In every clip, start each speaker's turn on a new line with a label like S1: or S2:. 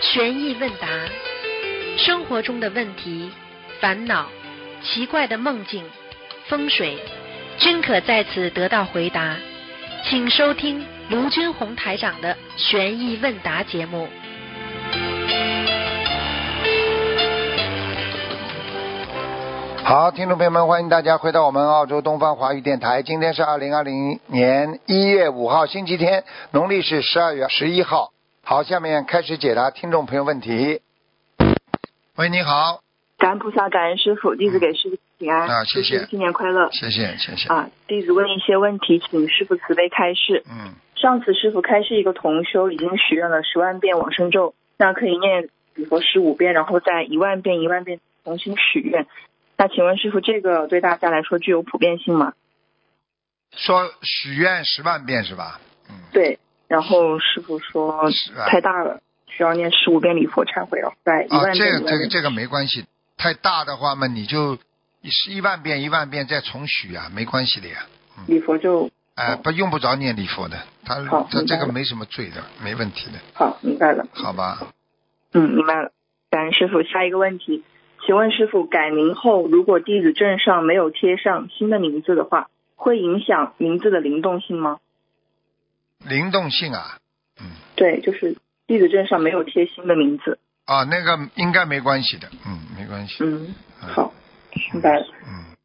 S1: 悬疑问答，生活中的问题、烦恼、奇怪的梦境、风水，均可在此得到回答。请收听卢军红台长的悬疑问答节目。
S2: 好，听众朋友们，欢迎大家回到我们澳洲东方华语电台。今天是二零二零年一月五号，星期天，农历是十二月十一号。好，下面开始解答听众朋友问题。喂，你好，嗯
S3: 感恩菩萨，感恩师傅，弟子给师傅请安，
S2: 啊谢谢
S3: 祝师父新年快乐
S2: 谢谢，谢谢。
S3: 啊！弟子问一些问题，请师傅慈悲开示。
S2: 嗯，
S3: 上次师傅开示一个同修已经许愿了十万遍往生咒，那可以念比佛十五遍，然后再一万遍一万遍重新许愿。那请问师傅，这个对大家来说具有普遍性吗？
S2: 说许愿十万遍是吧？嗯，
S3: 对。然后师傅说
S2: 是啊
S3: 太大了，需要念十五遍礼佛忏悔，然后再一
S2: 啊，
S3: 万
S2: 这个
S3: 遍
S2: 这
S3: 一万
S2: 个
S3: 遍。
S2: 这个没关系，太大的话嘛，你就一一万遍一万遍再重许啊，没关系的呀。
S3: 礼佛咒
S2: 哎、不用不着念礼佛的，他
S3: 好
S2: 他
S3: 明
S2: 这
S3: 白
S2: 个
S3: 了
S2: 没什么罪的，没问题的，
S3: 好，明白了。
S2: 好吧？
S3: 嗯，明白了。感恩师傅，下一个问题，请问师傅，改名后如果地址证上没有贴上新的名字的话，会影响名字的灵动性吗？
S2: 灵动性啊，
S3: 对，就是地址证上没有贴新的名字。
S2: 啊，那个应该没关系的，嗯，没关系，
S3: 嗯，好，明白了。
S2: 嗯，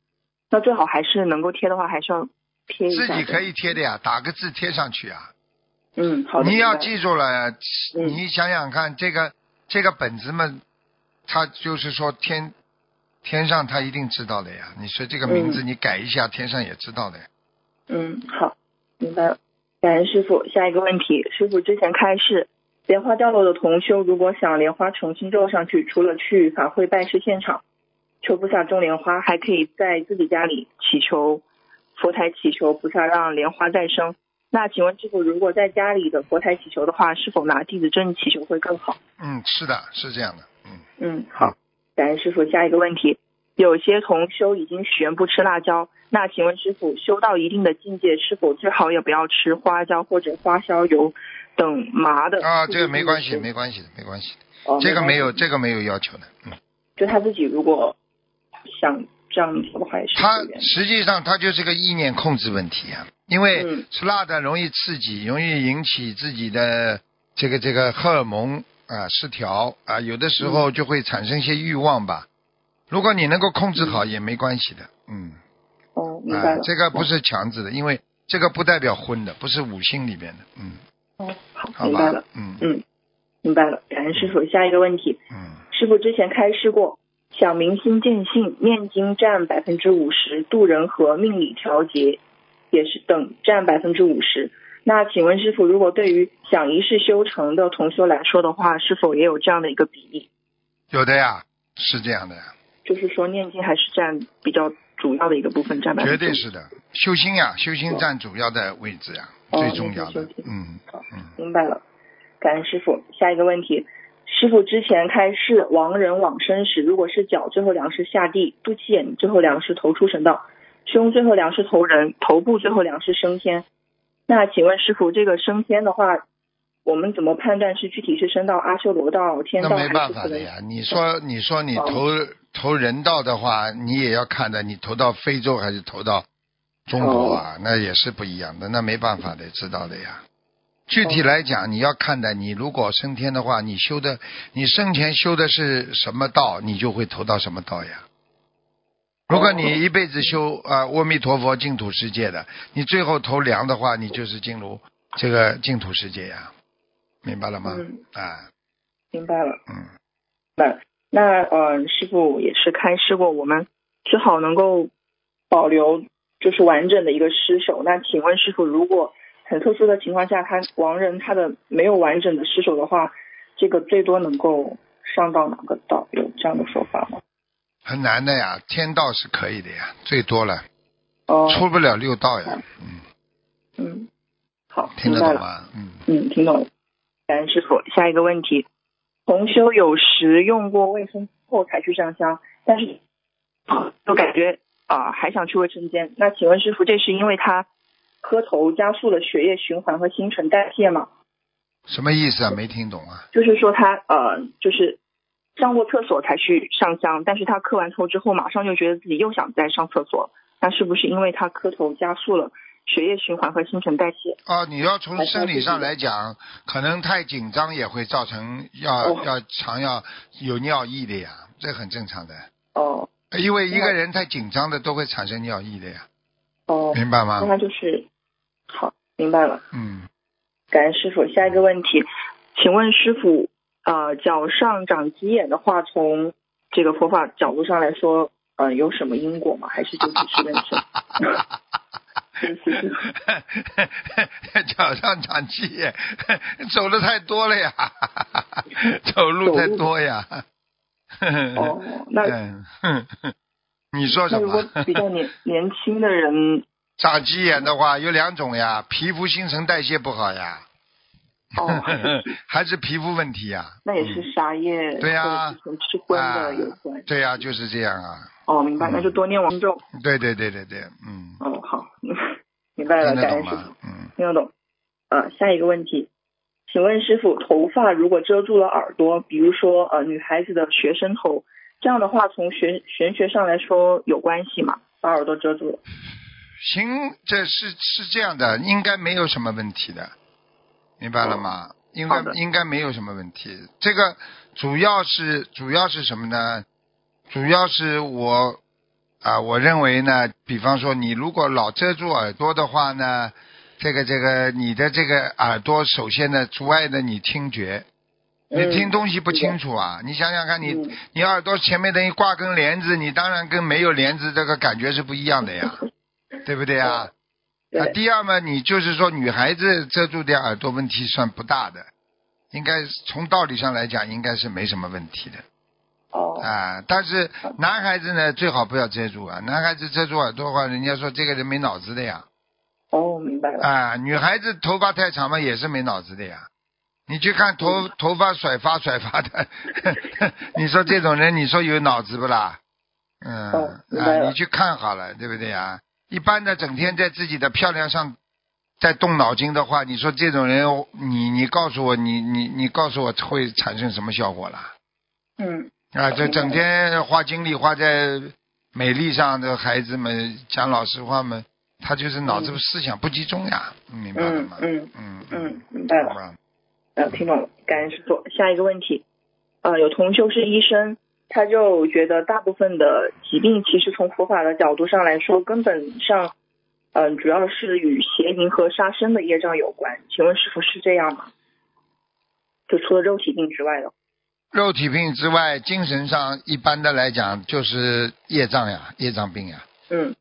S3: 那最好还是能够贴的话，还是要贴一
S2: 自
S3: 下。
S2: 己可。以贴的呀，打个字贴上去啊。
S3: 嗯，好的。
S2: 你要
S3: 明白了。
S2: 记住了，
S3: 嗯
S2: 你想想看，这个这个本子嘛，他就是说天天上他一定知道的呀。你说这个名字你改一下，天上也知道的呀。
S3: 嗯，好，明白了。感恩师傅，下一个问题，师傅之前开示。莲花掉落的同修，如果想莲花重新种上去，除了去法会拜师现场求菩萨种莲花，还可以在自己家里祈求佛台祈求菩萨让莲花再生。那请问师傅，如果在家里的佛台祈求的话，是否拿弟子证祈求会更好？
S2: 嗯，是的，是这样的。嗯，
S3: 嗯，好，感恩师傅。下一个问题，有些同修已经许愿不吃辣椒，那请问师傅，修到一定的境界，是否最好也不要吃花椒或者花椒油等麻的？
S2: 啊，这个没关系，
S3: 是不是
S2: 没关系，没关系，
S3: 哦
S2: 这个没有
S3: 关系
S2: 这个没有要求的。嗯，
S3: 就他自己如果想这样做的话，也是
S2: 它
S3: 可以的
S2: 实际上它就是个意念控制问题呀、因为
S3: 嗯
S2: 吃辣的容易刺激，容易引起自己的这个这个荷尔蒙啊失调啊，有的时候就会产生一些欲望吧。如果你能够控制好，也没关系的，嗯，
S3: 哦，明白
S2: 啊
S3: 了。，
S2: 这个不是强制的，因为这个不代表荤的，不是五行里面的，嗯，
S3: 哦，好，
S2: 好
S3: 明白
S2: 吧
S3: 了，，
S2: 嗯
S3: 嗯，明白了。感恩师傅。下一个问题，
S2: 嗯，
S3: 师傅之前开示过，想明心见性，念经占百分之五十，渡人和命理调节也是等占百分之五十。那请问师傅，如果对于想一世修成的同修来说的话，是否也有这样的一个比例？
S2: 有的呀，是这样的呀，
S3: 就是说，念经还是占比较主要的一个部分，占百分
S2: 绝
S3: 之
S2: 对是的，修心呀，修心占主要的位置呀，
S3: 哦
S2: 最重要的
S3: 那就修，心
S2: 嗯
S3: 好
S2: 嗯。
S3: 明白了，感恩师傅。下一个问题，师傅之前开示亡人往生时，如果是脚最后两是下地，肚脐眼最后两是投出神道，胸最后两是投人，头部最后两是升天。那请问师傅，这个升天的话，我们怎么判断是具体是升到阿修罗道、天
S2: 那
S3: 道，
S2: 没
S3: 还
S2: 办
S3: 是
S2: 法
S3: 可
S2: 的
S3: 能？
S2: 呀，你说你说你
S3: 哦
S2: 投投人道的话，你也要看的，你投到非洲还是投到中国
S3: 嗯
S2: 啊？那也是不一样的，那没办法的，知道的呀。具
S3: 嗯
S2: 体来讲，你要看的，你如果升天的话，你修的，你生前修的是什么道，你就会投到什么道呀。如果
S3: 哦
S2: 你一辈子修啊、呃阿弥陀佛净土世界的，你最后投梁的话，你就是进入这个净土世界呀，明白了吗？
S3: 嗯
S2: 啊，
S3: 明白了。
S2: 嗯。
S3: 那那呃，师傅也是开示过，我们最好能够保留就是完整的一个尸首。那请问师傅，如果很特殊的情况下，他亡人他的没有完整的尸首的话，这个最多能够上到哪个道？有这样的说法吗？
S2: 很难的呀，天道是可以的呀，最多了，
S3: 哦，
S2: 出不了六道呀。
S3: 嗯，好，
S2: 听得
S3: 明
S2: 懂
S3: 白了。
S2: 吗？嗯，
S3: 嗯，听懂了。感恩师傅。下一个问题，同修有时用过卫生间后才去上香，但是就感觉啊、还想去卫生间。那请问师傅，这是因为他磕头加速了血液循环和新陈代谢吗？
S2: 什么意思啊？没听懂啊？
S3: 就是说他呃，就是上过厕所才去上香，但是他磕完头之后，马上就觉得自己又想再上厕所，那是不是因为他磕头加速了血液循环和新陈代谢？
S2: 哦，你要从生理上来讲，可能太紧张也会造成要、
S3: 哦
S2: 要常要有尿意的呀，这很正常的。
S3: 哦
S2: 因为一个人太紧张的都会产生尿意的呀，
S3: 哦，
S2: 明白吗
S3: 那？他就是好，明白了。
S2: 嗯，
S3: 感恩师傅。下一个问题，请问师傅，呃，脚上长鸡眼的话，从这个佛法角度上来说，呃，有什么因果吗？还是就只是问题？ 真是的
S2: 脚上长鸡眼，走的太多了呀， 走路太多呀。
S3: 哦，那
S2: 嗯，哼哼你说
S3: 那
S2: 什
S3: 如
S2: 么
S3: 果？比较 年年轻的人，
S2: 长鸡眼的话有两种呀，皮肤新陈代谢不好呀，
S3: 哦，
S2: 还是皮肤问题呀。
S3: 那也是杀业
S2: 嗯对呀啊
S3: 和之前吃荤的有关。
S2: 对呀、就是这样啊。
S3: 哦，明白，
S2: 嗯
S3: 那就多念往生咒。
S2: 对对对对对，嗯，
S3: 哦，好，明白了，
S2: 听得
S3: 感
S2: 懂
S3: 恩师傅。
S2: 吗？嗯，
S3: 听得懂。呃，下一个问题，请问师傅，头发如果遮住了耳朵，比如说呃女孩子的学生头，这样的话从玄玄学上来说有关系吗？把耳朵遮住了。
S2: 行，这是是这样的，应该没有什么问题的，明白了吗？应该
S3: 好的
S2: 应该没有什么问题。这个主要是主要是什么呢？主要是我啊，我认为呢，比方说你如果老遮住耳朵的话呢，这个这个你的这个耳朵首先呢阻碍了你听觉，你
S3: 嗯
S2: 听东西不
S3: 是的
S2: 清楚啊。你想想看你，你、
S3: 嗯
S2: 耳朵前面等于挂根帘子，你当然跟没有帘子这个感觉是不一样的 呀，对不对啊？
S3: 对
S2: 啊，，第二嘛，你就是说女孩子遮住点耳朵问题算不大的，应该从道理上来讲应该是没什么问题的
S3: 哦，
S2: 啊。但是男孩子呢，最好不要遮住啊。男孩子遮住耳朵的话，人家说这个人没脑子的呀。
S3: 哦，明白了。
S2: 啊，女孩子头发太长嘛，也是没脑子的呀。你去看
S3: 嗯
S2: 头头发甩发甩发的， 你说这种人，你说有脑子不啦？嗯，
S3: 哦明
S2: 啊，
S3: 白了
S2: 你去看好了，对不对呀？一般的整天在自己的漂亮上在动脑筋的话，你说这种人，你你告诉我，你你你告诉我会产生什么效果啦？
S3: 嗯，
S2: 啊，这整天花精力花在美丽上的孩子们，讲老实话嘛，他就是脑子
S3: 嗯
S2: 思想不集中呀，明白了
S3: 嗯
S2: 吗？
S3: 嗯
S2: 嗯
S3: 嗯，明白
S2: 嗯，好
S3: 了。
S2: 吧，
S3: 呃，听懂了，感恩师傅。下一个问题，呃，有同修是医生，他就觉得大部分的疾病其实从佛法的角度上来说，根本上，嗯、主要是与邪淫和杀生的业障有关。请问师傅是这样吗？就除了肉体病之外的，
S2: 肉体病之外，精神上一般的来讲就是业障呀，业障病呀。
S3: 嗯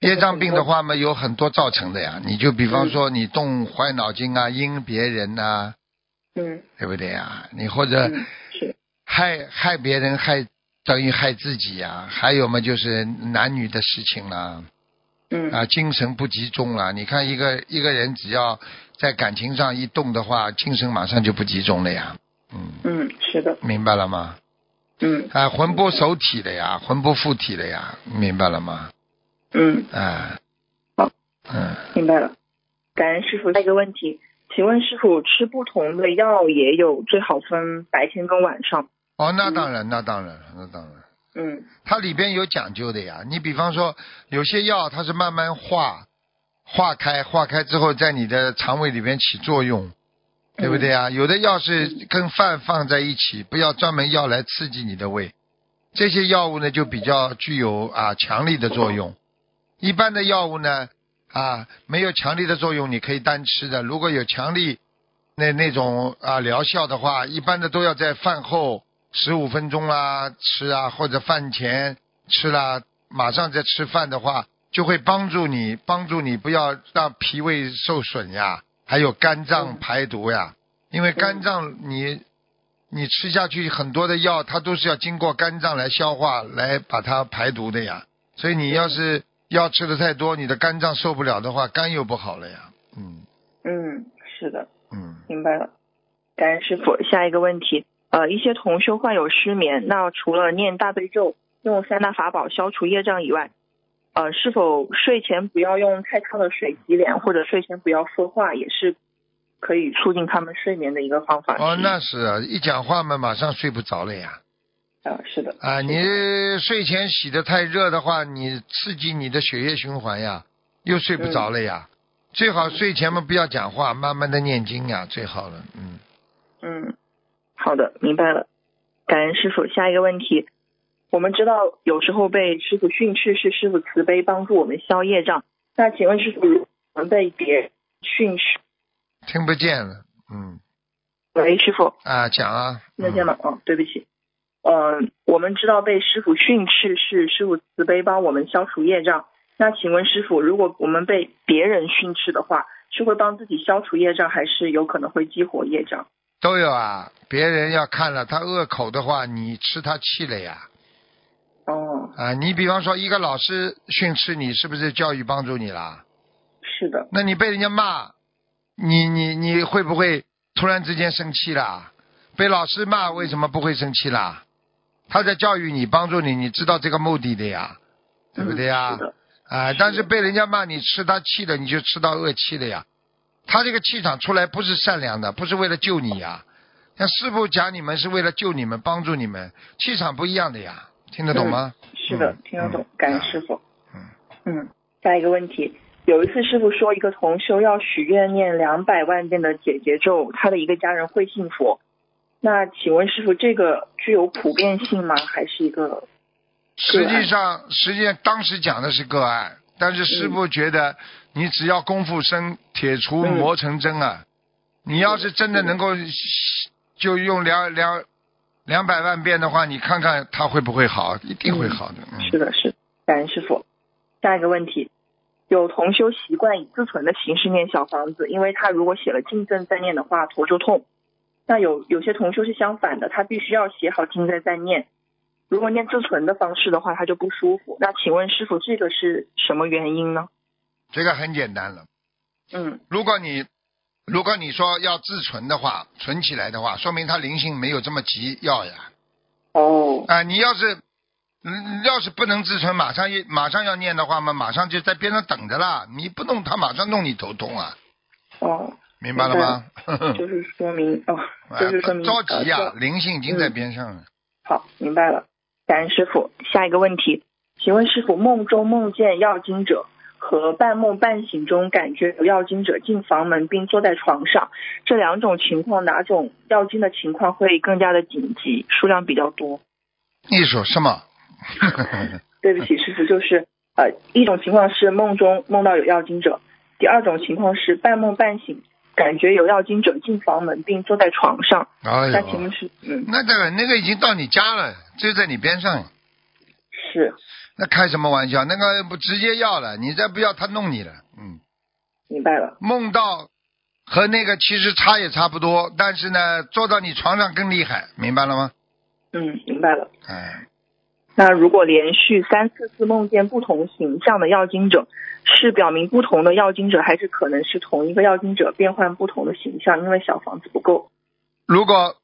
S2: 业障病的话嘛，有很多造成的 呀。你就比方说，你动坏脑筋啊，阴别人呐、
S3: 嗯
S2: 对不对呀？你或者、
S3: 嗯，是
S2: 害害别人，害等于害自己呀、还有嘛，就是男女的事情啦、
S3: 嗯
S2: 啊，精神不集中啦、你看一个一个人只要在感情上一动的话，精神马上就不集中了呀。嗯，
S3: 嗯是的，
S2: 明白了吗？
S3: 嗯
S2: 啊，魂不守体了呀，魂不附体了呀，明白了吗？
S3: 嗯，
S2: 啊
S3: 好，
S2: 嗯，
S3: 明白了。感恩师傅。下一个问题，请问师傅吃不同的药也有最好分白天跟晚上？
S2: 哦，那当然，那当然，那当然。
S3: 嗯
S2: 它里边有讲究的呀。你比方说，有些药它是慢慢化化开，化开之后在你的肠胃里边起作用，对不对啊？有的药是跟饭放在一起，不要专门药来刺激你的胃。这些药物呢就比较具有啊强力的作用。一般的药物呢啊没有强力的作用，你可以单吃的。如果有强力那那种啊疗效的话，一般的都要在饭后十五分钟啦吃啊，或者饭前吃啦，马上再吃饭的话，就会帮助你帮助你不要让脾胃受损呀，还有肝脏
S3: 嗯
S2: 排毒呀，因为肝
S3: 嗯
S2: 脏你你吃下去很多的药，它都是要经过肝脏来消化来把它排毒的呀，所以你要
S3: 嗯
S2: 是药吃的太多，你的肝脏受不了的话，肝又不好了呀，嗯
S3: 嗯，是的，
S2: 嗯。
S3: 明白了。感恩师傅。下一个问题，呃，一些同修患有失眠，那除了念大悲咒、用三大法宝消除业障以外，呃，是否睡前不要用太烫的水洗脸，或者睡前不要说话，也是可以促进他们睡眠的一个方法之一。
S2: 哦，那是啊，一讲话嘛，马上睡不着了呀。
S3: 啊，是的。
S2: 啊，你
S3: 是的
S2: 睡前洗的太热的话，你刺激你的血液循环呀，又睡不着了
S3: 嗯
S2: 呀。最好睡前嘛不要讲话，慢慢的念经呀，最好了。嗯，
S3: 嗯，好的，明白了。感恩师傅。下一个问题，我们知道有时候被师傅训斥是师傅慈悲帮助我们消业障。那请问师傅，如果我们被别人训斥，
S2: 听不见了。嗯，
S3: 喂，师傅，
S2: 啊，讲啊。
S3: 听得见
S2: 嗯
S3: 吗？哦，对不起。嗯，我们知道被师傅训斥是师傅慈悲帮我们消除业障。那请问师傅，如果我们被别人训斥的话，是会帮自己消除业障，还是有可能会激活业障？
S2: 都有啊，别人要看了他恶口的话，你吃他气了呀。
S3: 哦，
S2: 啊，你比方说一个老师训斥你，是不是教育帮助你啦？
S3: 是的，
S2: 那你被人家骂，你你你会不会突然之间生气啦？被老师
S3: 嗯
S2: 骂为什么不会生气啦？他在教育你，帮助你，你知道这个目的的呀，对不对呀
S3: 嗯、？是的，
S2: 啊，
S3: 是
S2: 但是被人家骂你吃他气的，你就吃到恶气了呀。他这个气场出来不是善良的，不是为了救你呀。像师傅讲你们是为了救你们，帮助你们，气场不一样的呀，听得懂吗？
S3: 是的
S2: 嗯，
S3: 听得懂
S2: 嗯，
S3: 感恩
S2: 啊
S3: 师傅。
S2: 嗯
S3: 嗯，下一个问题，有一次师傅说一个同修要许愿念两百万遍的解结咒，他的一个家人会信佛。那请问师傅，这个具有普遍性吗？还是一个
S2: 实
S3: 个案
S2: 际上，实际上当时讲的是个案，但是师傅觉得你只要功夫深，铁杵
S3: 嗯
S2: 磨成针啊。你要是真的能够就用两两两百万遍的话，你看看他会不会好，一定会好的。嗯
S3: 是的，是的感恩师傅。下一个问题，有同修习惯以自存的形式念小房子，因为他如果写了进赠再念的话，头就痛。那有有些同修是相反的，他必须要写好进赠再念。如果念自存的方式的话，他就不舒服。那请问师傅，这个是什么原因呢？
S2: 这个很简单了。
S3: 嗯
S2: 如果你如果你说要自存的话，存起来的话，说明他灵性没有这么急要呀。
S3: 哦，
S2: 啊、你要是嗯要是不能自存，马上一马上要念的话嘛，马上就在边上等着啦。你不弄它，马上弄你头痛啊，
S3: 哦，
S2: 明白了吗？
S3: 就是说明哦，
S2: 嗯哎
S3: 就是说明、
S2: 着急呀、
S3: 呃
S2: 灵性已经在边上了。
S3: 好，明白了，感恩师傅。下一个问题，请问师傅，梦中梦见要经者和半梦半醒中感觉有要经者进房门并坐在床上，这两种情况哪种要经的情况会更加的紧急，数量比较多？
S2: 你说什么？
S3: 对不起，师傅，就是呃，一种情况是梦中梦到有要经者，第二种情况是半梦半醒。感觉有要经者进房门并坐在床上，
S2: 哎
S3: 那请
S2: 呦，
S3: 问是嗯
S2: 那这个那个已经到你家了，就在你边上，
S3: 是
S2: 那开什么玩笑？那个不直接要了，你再不要他弄你了，嗯。
S3: 明白了
S2: 梦到和那个其实差也差不多，但是呢，坐到你床上更厉害，明白了吗？
S3: 嗯明白了。
S2: 哎，
S3: 那如果连续三四次梦见不同形象的要经者，是表明不同的要经者，还是可能是同一个要经者变换不同的形象？因为小房子不够。
S2: 如果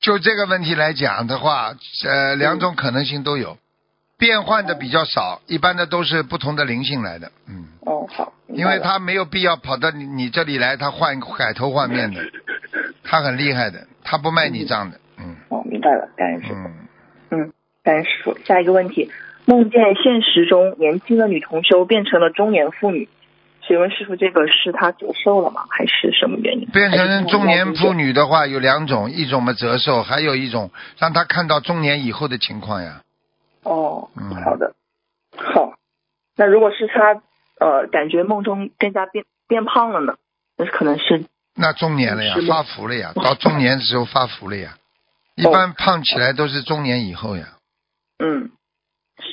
S2: 就这个问题来讲的话，
S3: 嗯
S2: 呃，两种可能性都有，变换的比较少，一般的都是不同的灵性来的，嗯，
S3: 哦，好，明
S2: 因
S3: 白
S2: 为
S3: 了
S2: 他没有必要跑到你你这里来，他换改头换面的， 他很厉害的，他不卖你账的，嗯
S3: 哦，明白了，感恩师傅，
S2: 嗯，
S3: 感恩师傅。下一个问题，梦见现实中年轻的女同修变成了中年妇女，请问师傅，这个是她折寿了吗？还是什么原因？
S2: 变成中年妇
S3: 女。
S2: 女的话有两种，一种嘛折寿，还有一种让他看到中年以后的情况呀，
S3: 哦
S2: 嗯，
S3: 好的，好。那如果是他呃，感觉梦中更加变变胖了呢？那可能是
S2: 那中年了呀
S3: 是，
S2: 发
S3: 吗哦
S2: 福了 呀，到中年的时候发福了呀。一般胖起来都是中年以后呀。
S3: 嗯，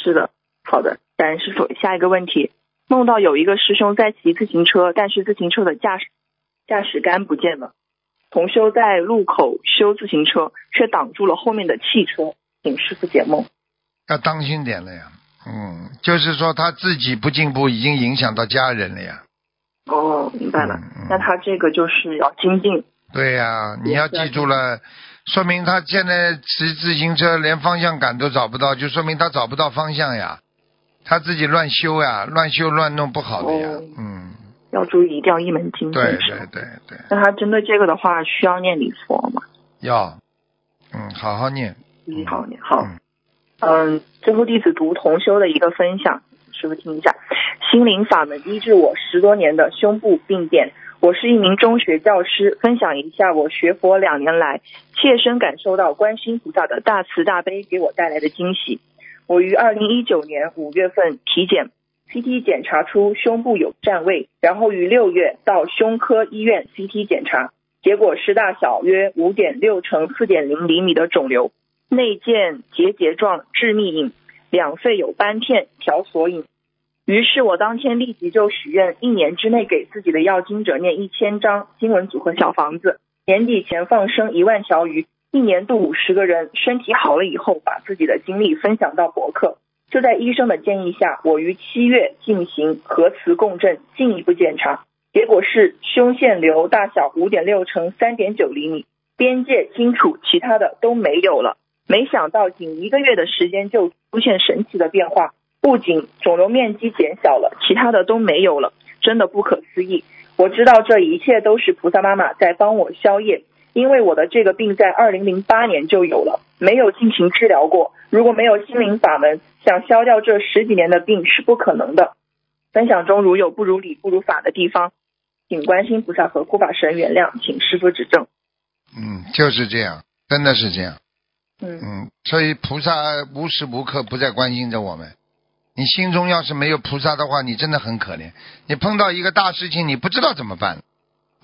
S3: 是的，好的，感恩师傅。下一个问题，梦到有一个师兄在骑自行车，但是自行车的驾驶驾驶杆不见了。同修在路口修自行车，却挡住了后面的汽车，请师傅解梦。
S2: 要当心点了呀。嗯，就是说他自己不进步，已经影响到家人了呀。
S3: 哦，明白了。
S2: 嗯嗯
S3: 那他这个就是要精进。
S2: 对呀、你要记住
S3: 啊
S2: 了，说明他现在骑自行车连方向感都找不到，就说明他找不到方向呀。他自己乱修呀，乱修乱弄不好的呀
S3: 哦。
S2: 嗯，
S3: 要注意一定要一门精进。
S2: 对
S3: 是吗
S2: 对对对，
S3: 那他针对这个的话，需要念礼佛吗？
S2: 要，嗯，好好念，
S3: 一号念好
S2: 嗯。
S3: 嗯，最后弟子读同修的一个分享，师傅听一下。心灵法门医治我十多年的胸部病变。我是一名中学教师，分享一下我学佛两年来切身感受到观世音菩萨的大慈大悲给我带来的惊喜。我于二零一九年五月份体检，CT 检查出胸部有占位，然后于六月到胸科医院 CT 检查，结果是大小约五点六乘四点零厘米的肿瘤，内见结节状致密影，两肺有斑片条索引。于是我当天立即就许愿，一年之内给自己的要经者念一千张经文组合小房子，年底前放生一万条鱼，一年度五十个人。身体好了以后，把自己的经历分享到博客。就在医生的建议下，我于七月进行核磁共振进一步检查，结果是胸腺瘤大小五点六乘三点九厘米，边界清楚，其他的都没有了。没想到仅一个月的时间就出现神奇的变化，不仅肿瘤面积减小了，其他的都没有了，真的不可思议。我知道这一切都是菩萨妈妈在帮我消业，因为我的这个病在二零零八年就有了，没有进行治疗过。如果没有心灵法门，想消掉这十几年的病是不可能的。分享中如有不如理、不如法的地方，请观世音菩萨和护法神原谅，请师傅指正。
S2: 嗯，就是这样，真的是这样，
S3: 嗯
S2: 嗯，所以菩萨无时无刻不在关心着我们。你心中要是没有菩萨的话，你真的很可怜。你碰到一个大事情，你不知道怎么办，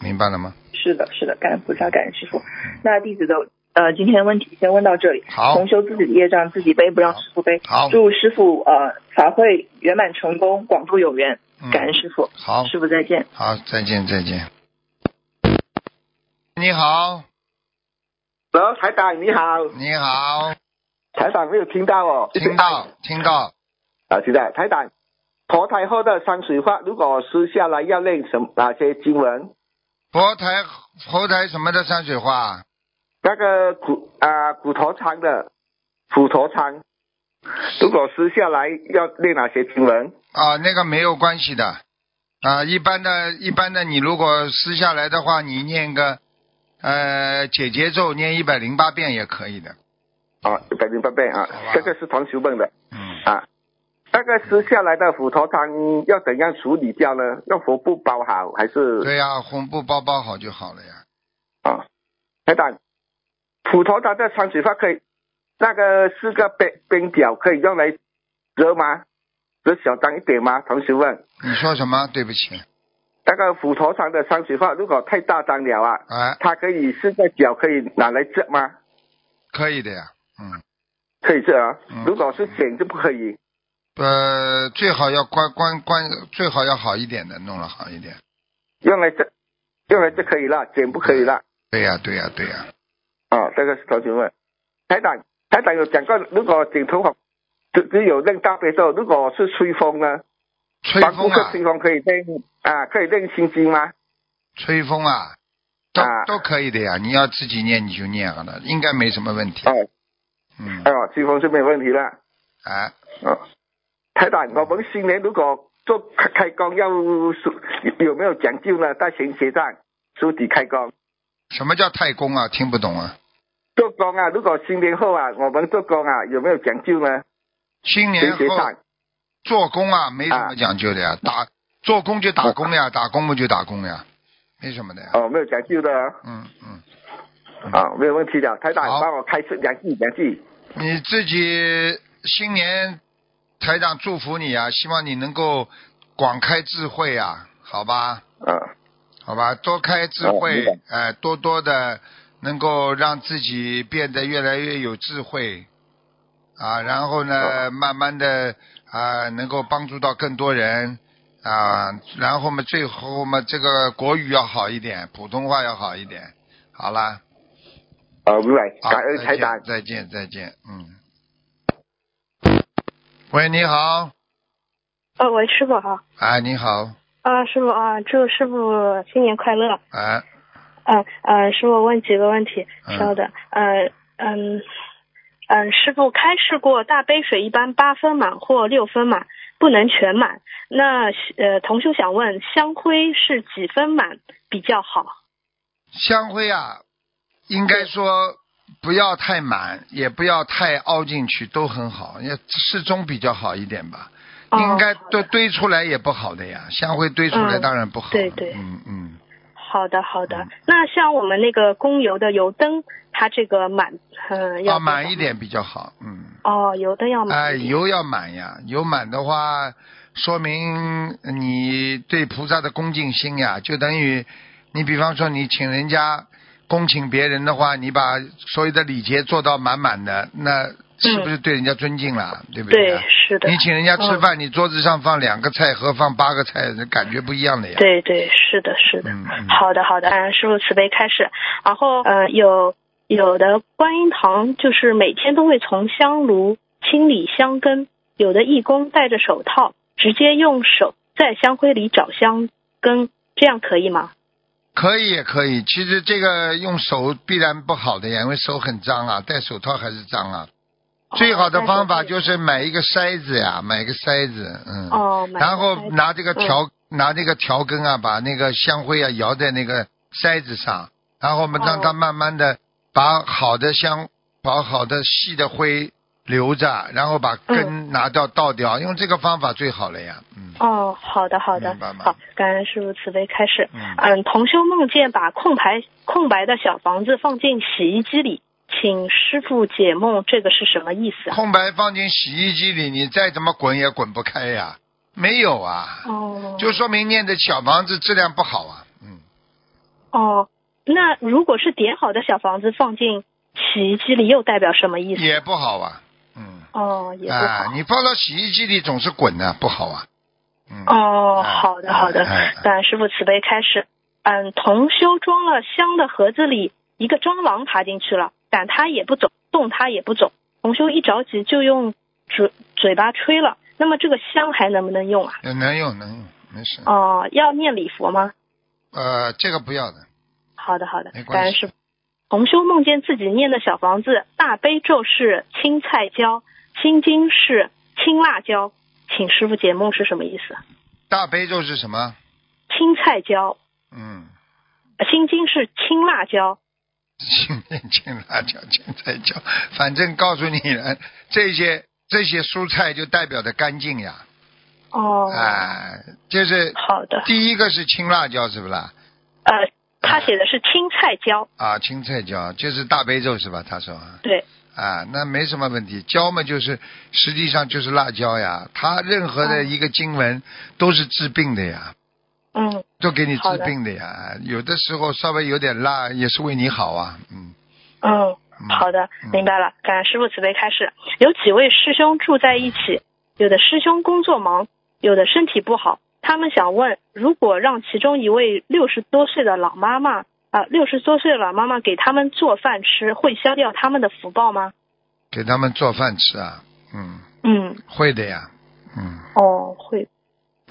S2: 明白了吗？
S3: 是的，是的，感恩菩萨，感恩师傅。那弟子的呃，今天问题先问到这里。
S2: 好
S3: 同修自己的业障自己背，不让师傅背。
S2: 好，
S3: 祝师傅呃法会圆满成功，广度有缘。
S2: 嗯
S3: 感恩师傅，
S2: 好，
S3: 师傅再见。
S2: 好，再见，再见。你好，
S4: hello，台长你好，
S2: 你好，
S4: 台长没有听到哦，一直
S2: 听到，听到，
S4: 啊，现在台长，脱胎后的山水画，如果撕下来要练什么哪些经文？
S2: 佛台佛台什么的山水画，
S4: 那个骨啊、骨头仓的斧头仓，如果撕下来要练哪些经文？
S2: 啊，那个没有关系的。啊，一般的，一般的，你如果撕下来的话，你念个呃解结咒，念一百零八遍也可以的。
S4: 啊，百零八遍啊
S2: 好吧，
S4: 这个是同学问的
S2: 嗯，
S4: 啊。那个撕下来的斧头仓要怎样处理掉呢？用佛布包好还是？
S2: 对呀、红布包包好就好了呀。
S4: 啊，台长，斧头它的山水画可以，那个四个边边角可以用来折吗？折小张一点吗？同学问，
S2: 你说什么？对不起，
S4: 那个斧头上的山水画如果太大张了啊，
S2: 哎，
S4: 它可以四个角可以拿来折吗？
S2: 可以的呀。嗯，
S4: 可以折啊
S2: 嗯，
S4: 如果是剪就不可以。
S2: 呃，最好要关关关，最好要好一点的，弄了好一点。
S4: 用来折，用来折可以了，剪不可以了。
S2: 对呀、对呀、对呀、
S4: 啊，这个是同学问，台长，台长有讲过，如果剪头发只只有扔大悲咒，如果是吹风呢？
S2: 吹
S4: 帮顾
S2: 风
S4: 客
S2: 啊，
S4: 吹风可以练啊，可以练心经吗？
S2: 吹风啊，都
S4: 啊
S2: 都可以的呀。你要自己念你就念好了，应该没什么问题。
S4: 哦，
S2: 嗯，
S4: 哦，吹风是没有问题啦。
S2: 哎，
S4: 哦，台长，我们新年如果做开开工要书有没有讲究呢？大型结账，书底开工
S2: 什么叫太公啊？听不懂啊。
S4: 做工啊，如果新年后啊，我们做工啊有没有讲究呢？
S2: 新年
S4: 行结
S2: 后
S4: 账
S2: 做工啊，没什么
S4: 啊
S2: 讲究的呀，打做工就打工呀，打工不就打工呀，没什么的呀。
S4: 哦，没有讲究的哦
S2: 嗯嗯，
S4: 啊、没有问题的。台长
S2: 好
S4: 帮我开始两句两句。
S2: 你自己新年台长祝福你啊，希望你能够广开智慧啊，好吧，
S4: 嗯，
S2: 好吧，多开智
S4: 哦明
S2: 慧
S4: 白，
S2: 哎、多多的能够让自己变得越来越有智慧啊，然后呢，慢慢的啊，能够帮助到更多人啊，然后嘛，最后嘛，这个国语要好一点，普通话要好一点，好啦。
S4: 哦，明白。
S2: 好
S4: 感恩
S2: 再
S4: 台
S2: 见
S4: 长。
S2: 再见，再见，嗯。喂，你好，
S5: 呃，喂，师傅好。
S2: 哎，你好，
S5: 啊，师傅啊，祝师傅新年快乐。
S2: 哎，
S5: 嗯、呃，师傅问几个问题，
S2: 嗯
S5: 稍等。呃，嗯，嗯、师傅开示过大杯水一般八分满或六分满，不能全满。那呃，同修想问，香灰是几分满比较好？
S2: 香灰啊，应该说不要太满，也不要太凹进去，都很好，也适中比较好一点吧。
S5: 哦
S2: 应该
S5: 好
S2: 堆堆出来也不好的呀，香灰堆出来
S5: 嗯
S2: 当然不好了。
S5: 对对
S2: 嗯嗯，
S5: 好的，好的
S2: 嗯。
S5: 那像我们那个供油的油灯，它这个满，嗯、
S2: 啊，
S5: 要多
S2: 满
S5: 少
S2: 一。点比较好。嗯。
S5: 哦，油灯要满。
S2: 哎，油要满呀，油满的话，说明你对菩萨的恭敬心呀，就等于你比方说你请人家恭请别人的话，你把所有的礼节做到满满的，那是不是对人家尊敬了？对不
S5: 嗯对
S2: 呀，
S5: 是的。嗯
S2: 你请人家吃饭，你桌子上放两个菜盒，放八个菜，那感觉不一样的呀。
S5: 对对，是的，是的。
S2: 嗯嗯
S5: 好的，好的，嗯，师傅慈悲开始。然后呃，有有的观音堂就是每天都会从香炉清理香根，有的义工戴着手套，直接用手在香灰里找香根，这样可以吗？
S2: 可以也可以，其实这个用手必然不好的呀，因为手很脏啊，戴手套还是脏啊。
S5: 哦
S2: 最好的方法就是买一个筛子呀，买一个筛子，嗯，
S5: 哦，买
S2: 然后
S5: 买
S2: 拿这个条、
S5: 嗯
S2: 拿这个条根啊，把那个香灰啊摇在那个筛子上，然后我们让它
S5: 哦
S2: 慢慢的把好的香、把好的细的灰留着，然后把
S5: 嗯
S2: 根拿掉倒掉，用这个方法最好了呀，嗯
S5: 哦，好的，好的
S2: 明白，吗
S5: 好，感恩师傅慈悲开始。
S2: 嗯，
S5: 嗯，同修梦见把空白空白的小房子放进洗衣机里，请师傅解梦，这个是什么意思啊？
S2: 空白放进洗衣机里，你再怎么滚也滚不开呀，没有啊，
S5: 哦，
S2: 就说明念的小房子质量不好啊，嗯。
S5: 哦，那如果是叠好的小房子放进洗衣机里，又代表什么意思？
S2: 也不好啊，嗯，
S5: 哦，也不
S2: 啊
S5: 好。，
S2: 你放到洗衣机里总是滚的，不好啊，嗯，
S5: 哦，
S2: 哎
S5: 好的好的
S2: 哎哎，
S5: 感恩师傅慈悲开始。嗯，同修装了香的盒子里，一个蟑螂爬进去了，赶它也不走，动它也不走。同修一着急就用嘴嘴巴吹了，那么这个香还能不能用啊？
S2: 呃能用能用，没事，
S5: 哦，要念礼佛吗？
S2: 呃，这个不要的，
S5: 好的好的
S2: 没，关
S5: 感恩
S2: 系
S5: 师傅。同修梦见自己念的小房子，大悲咒是青菜椒，心经是青辣椒，请师傅解梦是什么意思？
S2: 大悲咒是什么？
S5: 青菜椒，
S2: 嗯，
S5: 呃心经是青辣椒。
S2: 青面青辣椒、青菜椒，反正告诉你了，这些这些蔬菜就代表着干净呀，
S5: 哦，
S2: 哎，就是
S5: 好的，
S2: 第一个是青辣椒是不啦？
S5: 呃，他写的是青菜椒，
S2: 啊，青菜椒就是大悲咒是吧？他说啊。
S5: 对，
S2: 啊，那没什么问题。椒嘛，就是实际上就是辣椒呀，它任何
S5: 啊
S2: 的一个经文都是治病的呀，
S5: 嗯，
S2: 都给你
S5: 好
S2: 治
S5: 的
S2: 病的呀。有的时候稍微有点辣也是为你好啊，嗯。
S5: 嗯，
S2: 嗯
S5: 好的，
S2: 嗯
S5: 明白了。感恩师傅慈悲开示。有几位师兄住在一起，有的师兄工作忙，有的身体不好。他们想问，如果让其中一位六十多岁的老妈妈啊，六十多岁的老妈妈给他们做饭吃，会消掉他们的福报吗？
S2: 给他们做饭吃啊，嗯，
S5: 嗯，
S2: 会的呀，嗯
S5: 哦，会，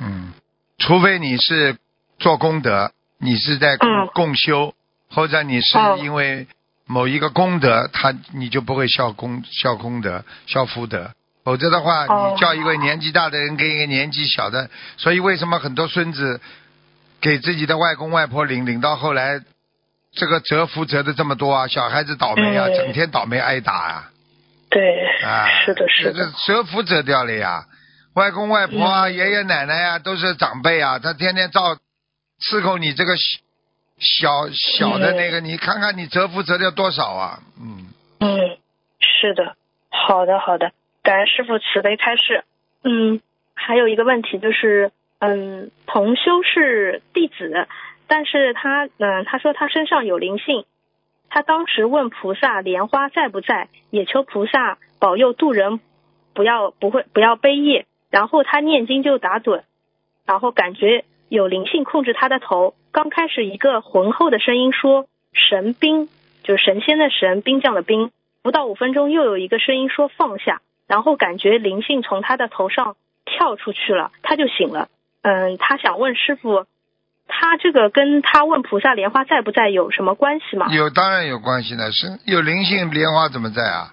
S2: 嗯，除非你是做功德，你是在共、
S5: 嗯
S2: 共修，或者你是
S5: 哦
S2: 因为某一个功德，他你就不会效功效功德效福德。否则的话，
S5: 哦
S2: 你叫一个年纪大的人跟一个年纪小的，所以为什么很多孙子给自己的外公外婆领领到后来，这个折福折的这么多啊，小孩子倒霉啊，
S5: 嗯
S2: 整天倒霉挨打啊，
S5: 对，
S2: 啊，
S5: 是的，是
S2: 这
S5: 的，
S2: 折福折掉了呀，外公外婆啊、爷爷奶奶呀、都是长辈啊，他天天照伺候你这个小小小的那个，你看看你折福折掉多少啊？嗯，
S5: 嗯，是的，好的，好的，感恩师傅慈悲开示。嗯，还有一个问题就是，嗯，同修是弟子，但是他，嗯，他说他身上有灵性，他当时问菩萨莲花在不在，也求菩萨保佑渡人不要不会不要悲业，然后他念经就打盹，然后感觉有灵性控制他的头。刚开始一个浑厚的声音说“神兵”，就是神仙的神，兵将的兵。不到五分钟，又有一个声音说“放下”，然后感觉灵性从他的头上跳出去了，他就醒了。嗯，他想问师傅，他这个跟他问菩萨莲花在不在有什么关系吗？
S2: 有当然有关系的，是有灵性莲花怎么在啊？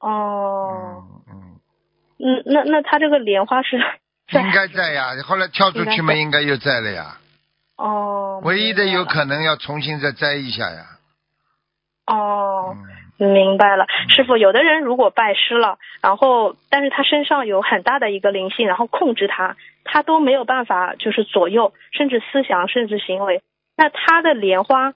S5: 哦，
S2: 嗯嗯，
S5: 嗯，那那他这个莲花是在
S2: 应该在呀。后来跳出去嘛，应该又在了呀。
S5: 哦，
S2: 唯一的
S5: 明白
S2: 有
S5: 了
S2: 可能要重新再摘一下呀。
S5: 哦。
S2: 嗯，
S5: 明白了，师傅，有的人如果拜师了，然后但是他身上有很大的一个灵性，然后控制他，他都没有办法就是左右，甚至思想，甚至行为。那他的莲花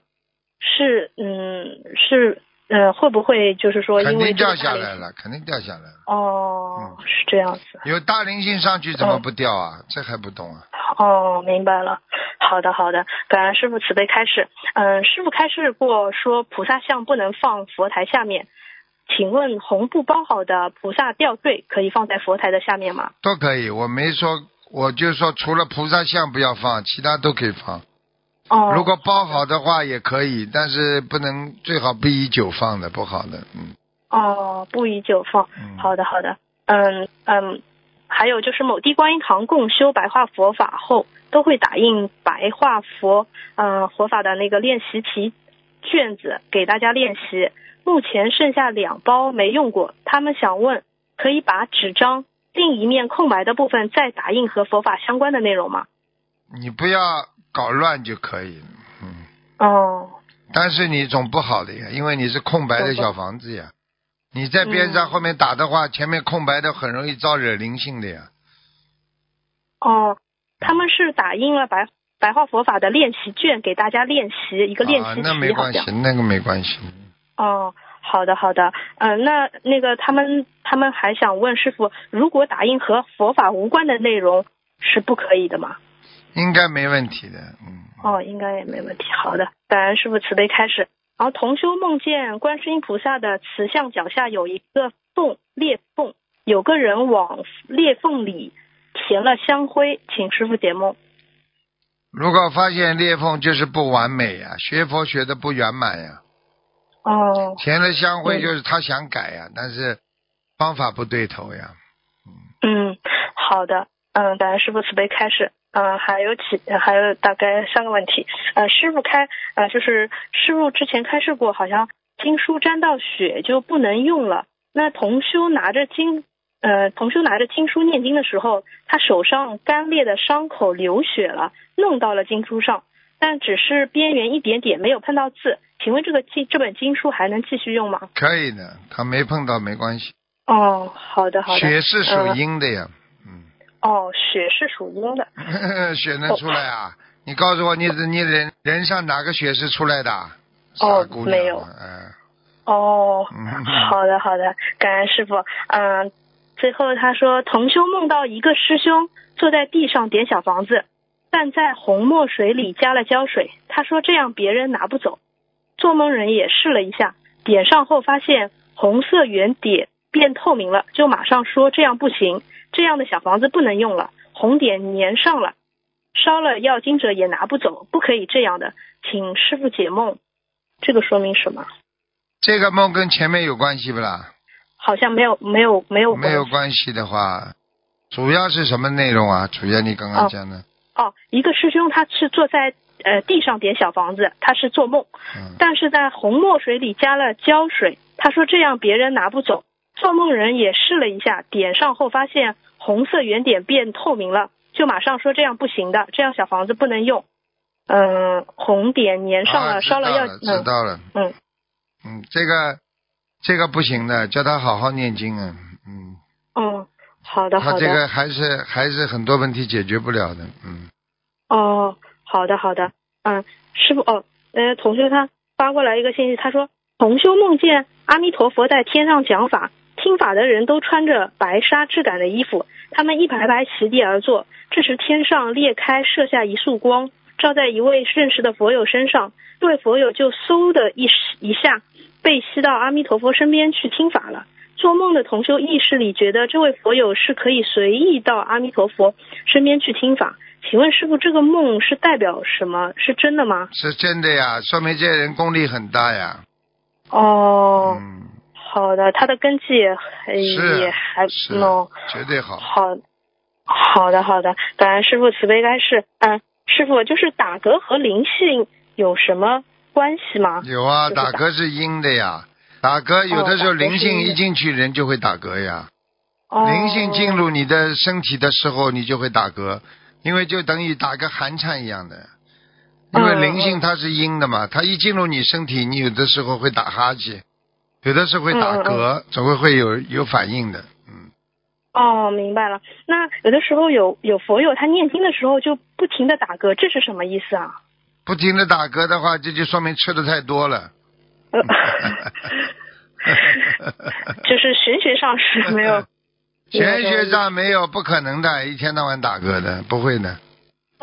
S5: 是嗯是嗯会不会就是说
S2: 肯
S5: 因为
S2: 定
S5: 这
S2: 掉
S5: 个
S2: 下
S5: 大灵
S2: 来嗯
S5: 性
S2: 了，肯定掉下来了。
S5: 哦，是这样子
S2: 有大灵性上去怎么
S5: 嗯
S2: 不掉啊？这还不懂啊？
S5: 哦，明白了。好的好的，感恩师傅慈悲开示。嗯，师傅开示过说菩萨像不能放佛台下面。请问红布包好的菩萨吊坠可以放在佛台的下面吗？
S2: 都可以，我没说，我就说除了菩萨像不要放，其他都可以放。
S5: 哦，
S2: 如果包好的话也可以，但是不能最好不宜久放的，不好的。嗯
S5: 哦，不宜久放。
S2: 嗯。
S5: 好的，好的。嗯嗯，还有就是某地观音堂共修白话佛法后，都会打印白话佛嗯、呃佛法的那个练习题卷子给大家练习。目前剩下两包没用过，他们想问，可以把纸张另一面空白的部分再打印和佛法相关的内容吗？
S2: 你不要搞乱就可以。嗯，
S5: 哦，
S2: 但是你总不好的呀，因为你是空白的小房子呀。你在边上
S5: 嗯
S2: 后面打的话，前面空白的很容易招惹灵性的呀。
S5: 哦，他们是打印了白白话佛法的练习卷给大家练习一个练
S2: 啊，
S5: 习
S2: 那没
S5: 题，好
S2: 关
S5: 像。
S2: 系，那个没关系。
S5: 哦，好的好的，嗯、那那个他们他们还想问师傅，如果打印和佛法无关的内容是不可以的吗？
S2: 应该没问题的，嗯。
S5: 哦，应该也没问题。好的，感恩师傅慈悲开始。然后同修梦见观世音菩萨的慈像脚下有一个缝裂缝，有个人往裂缝里填了香灰，请师傅解梦。
S2: 如果发现裂缝，就是不完美呀、学佛学的不圆满呀、
S5: 哦，
S2: 填了香灰
S5: 嗯
S2: 就是他想改呀、但是方法不对头呀。
S5: 嗯，好的，嗯，感恩师傅慈悲开示。嗯，还有几，还有大概三个问题。呃，师傅开，呃，就是师傅之前开示过，好像经书沾到血就不能用了。那同修拿着经，呃，同修拿着经书念经的时候，他手上干裂的伤口流血了，弄到了经书上，但只是边缘一点点，没有碰到字。请问这个经这本经书还能继续用吗？
S2: 可以的，他没碰到没关系。
S5: 哦，好的，好的。
S2: 血是属
S5: 呃
S2: 阴的呀，嗯。
S5: 哦，血是属阴的。呃
S2: 血能出来啊？你告诉我，你你人人上哪个血是出来的啊？
S5: 哦
S2: 傻姑娘啊
S5: 没有
S2: 嗯、
S5: 哦，
S2: 嗯
S5: 好的好的，感恩师傅。嗯、最后他说，同修梦到一个师兄坐在地上点小房子，但在红墨水里加了胶水。他说这样别人拿不走。做梦人也试了一下，点上后发现红色圆点变透明了，就马上说这样不行，这样的小房子不能用了，红点粘上了，烧了要经者也拿不走，不可以这样的，请师傅解梦。这个说明什么？
S2: 这个梦跟前面有关系不啦？
S5: 好像没有没有没有
S2: 没有
S5: 关系
S2: 关系的话，主要是什么内容啊？主要你刚刚讲的，
S5: 哦。一个师兄他是坐在呃地上点小房子，他是做梦，
S2: 嗯，
S5: 但是在红墨水里加了胶水，他说这样别人拿不走。做梦人也试了一下，点上后发现红色圆点变透明了，就马上说这样不行的，这样小房子不能用。嗯、红点粘上了，
S2: 啊、
S5: 烧了要
S2: 知道了，知
S5: 嗯
S2: 道了，
S5: 嗯
S2: 嗯，这个这个不行的，叫他好好念经啊，嗯，
S5: 嗯，好的好
S2: 他
S5: 的。
S2: 这个还是还是很多问题解决不了的，嗯，
S5: 哦，好的好的，嗯，师傅哦，呃，同修他发过来一个信息，他说同修梦见阿弥陀佛在天上讲法，听法的人都穿着白纱质感的衣服，他们一排排席地而坐，这时天上裂开，射下一束光，照在一位认识的佛友身上，这位佛友就嗖的一一下被吸到阿弥陀佛身边去听法了。做梦的同修意识里觉得这位佛友是可以随意到阿弥陀佛身边去听法。请问师傅，这个梦是代表什么？是真的吗？
S2: 是真的呀，说明这人功力很大呀，
S5: 哦，
S2: 嗯，
S5: 好的，他的根基也还
S2: 是啊
S5: 也还
S2: 是
S5: 哦，
S2: 绝对好。
S5: 好，好的好的，感恩师傅慈悲开示。嗯，师傅就是打嗝和灵性有什么关系吗？
S2: 有啊，
S5: 就是打
S2: 打嗝是阴的呀，打嗝有的时候
S5: 哦打嗝是
S2: 灵性
S5: 阴的
S2: 一进去，人就会打嗝呀。
S5: 哦，
S2: 灵性进入你的身体的时候，你就会打嗝，因为就等于打个寒颤一样的。因为灵性它是阴的
S5: 嗯
S2: 嘛，它一进入你身体，你有的时候会打哈欠，有的时候会打
S5: 嗯嗯
S2: 嗝，总会会有有反应的。嗯，
S5: 哦，明白了。那有的时候有有佛友他念经的时候就不停的打嗝，这是什么意思啊？
S2: 不停的打嗝的话，这就说明吃的太多了。
S5: 呃 就是玄学 上是没有。
S2: 玄学上没有不可能的，一天到晚打嗝的，不会的。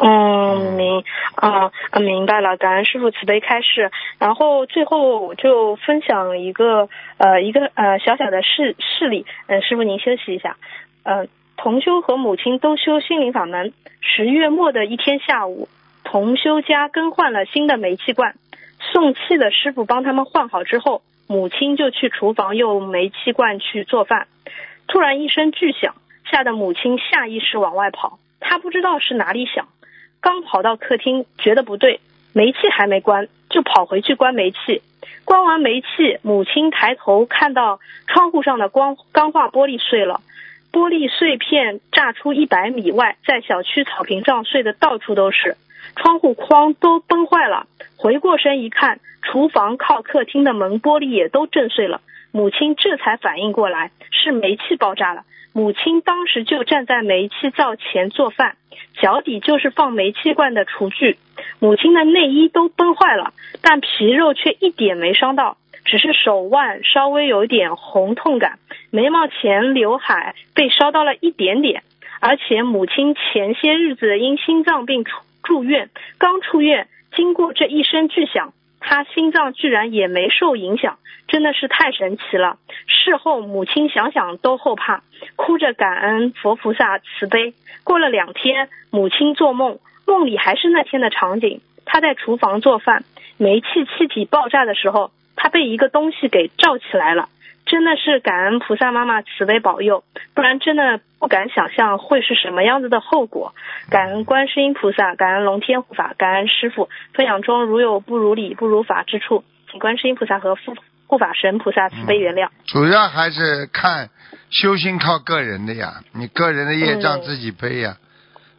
S5: 嗯，明啊啊，明白了，感恩师傅慈悲开示。然后最后我就分享一个呃一个呃小小的事事例，嗯、师傅您休息一下。呃，同修和母亲都修心灵法门。十月末的一天下午，同修家更换了新的煤气罐，送气的师傅帮他们换好之后，母亲就去厨房用煤气罐去做饭。突然一声巨响，吓得母亲下意识往外跑，她不知道是哪里响，刚跑到客厅，觉得不对，煤气还没关，就跑回去关煤气。关完煤气，母亲抬头看到窗户上的光钢化玻璃碎了，玻璃碎片炸出一百米外，在小区草坪上碎的到处都是，窗户框都崩坏了。回过身一看，厨房靠客厅的门玻璃也都震碎了。母亲这才反应过来，是煤气爆炸了。母亲当时就站在煤气灶前做饭，脚底就是放煤气罐的厨具。母亲的内衣都崩坏了，但皮肉却一点没伤到，只是手腕稍微有一点红痛感，眉毛前刘海被烧到了一点点。而且母亲前些日子因心脏病出住院，刚出院，经过这一声巨响，她心脏居然也没受影响，真的是太神奇了。事后母亲想想都后怕，哭着感恩佛菩萨慈悲。过了两天，母亲做梦，梦里还是那天的场景，她在厨房做饭，煤气气体爆炸的时候，她被一个东西给罩起来了。真的是感恩菩萨妈妈慈悲保佑，不然真的不敢想象会是什么样子的后果。感恩观世音菩萨，感恩龙天护法，感恩师傅。分享中如有不如理、不如法之处，请观世音菩萨和护护法神菩萨慈悲原谅。
S2: 主要还是看修行靠个人的呀，你个人的业障
S5: 嗯
S2: 自己背呀。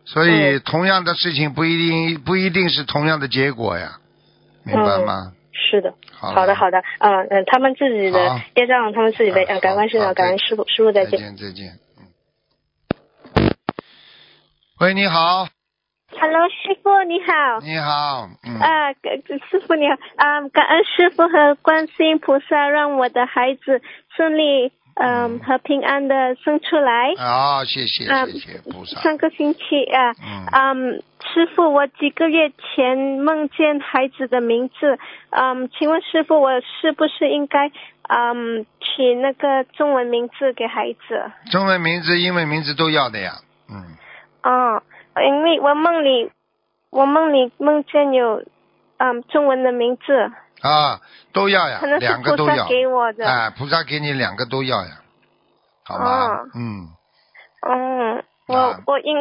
S2: 所以同样的事情不一定不一定是同样的结果呀，明白
S6: 嗯
S2: 吗？
S5: 是的，
S2: 好
S5: 好的，好的，嗯、嗯、他们自己的
S2: 好
S5: 业障，他们自己背。
S2: 嗯
S5: 嗯，感恩观世音菩
S2: 好
S5: 萨，感恩师傅，师傅再
S2: 再
S5: 见。
S2: 见再见。嗯喂，你好，
S6: Hello，师傅你好。
S2: 你好，嗯，
S6: 啊，感师傅你好啊，感恩师傅和观世音菩萨让我的孩子顺利嗯和平安的生出来。
S2: 好，谢谢
S6: 啊
S2: 谢谢菩萨，
S6: 上个星期啊，
S2: 嗯
S6: 嗯，师傅，我几个月前梦见孩子的名字，嗯，请问师傅，我是不是应该嗯取那个中文名字给孩子？
S2: 中文名字、英文名字都要的呀，嗯，
S6: 哦，因为我梦里我梦里梦见有嗯中文的名字。
S2: 啊，都要呀
S6: 可能，
S2: 两个
S6: 是菩
S2: 都
S6: 萨
S2: 要，
S6: 给我的。
S2: 哎，菩萨给你两个都要呀，好吗
S6: 哦？
S2: 嗯，
S6: 嗯，我、
S2: 啊
S6: 我应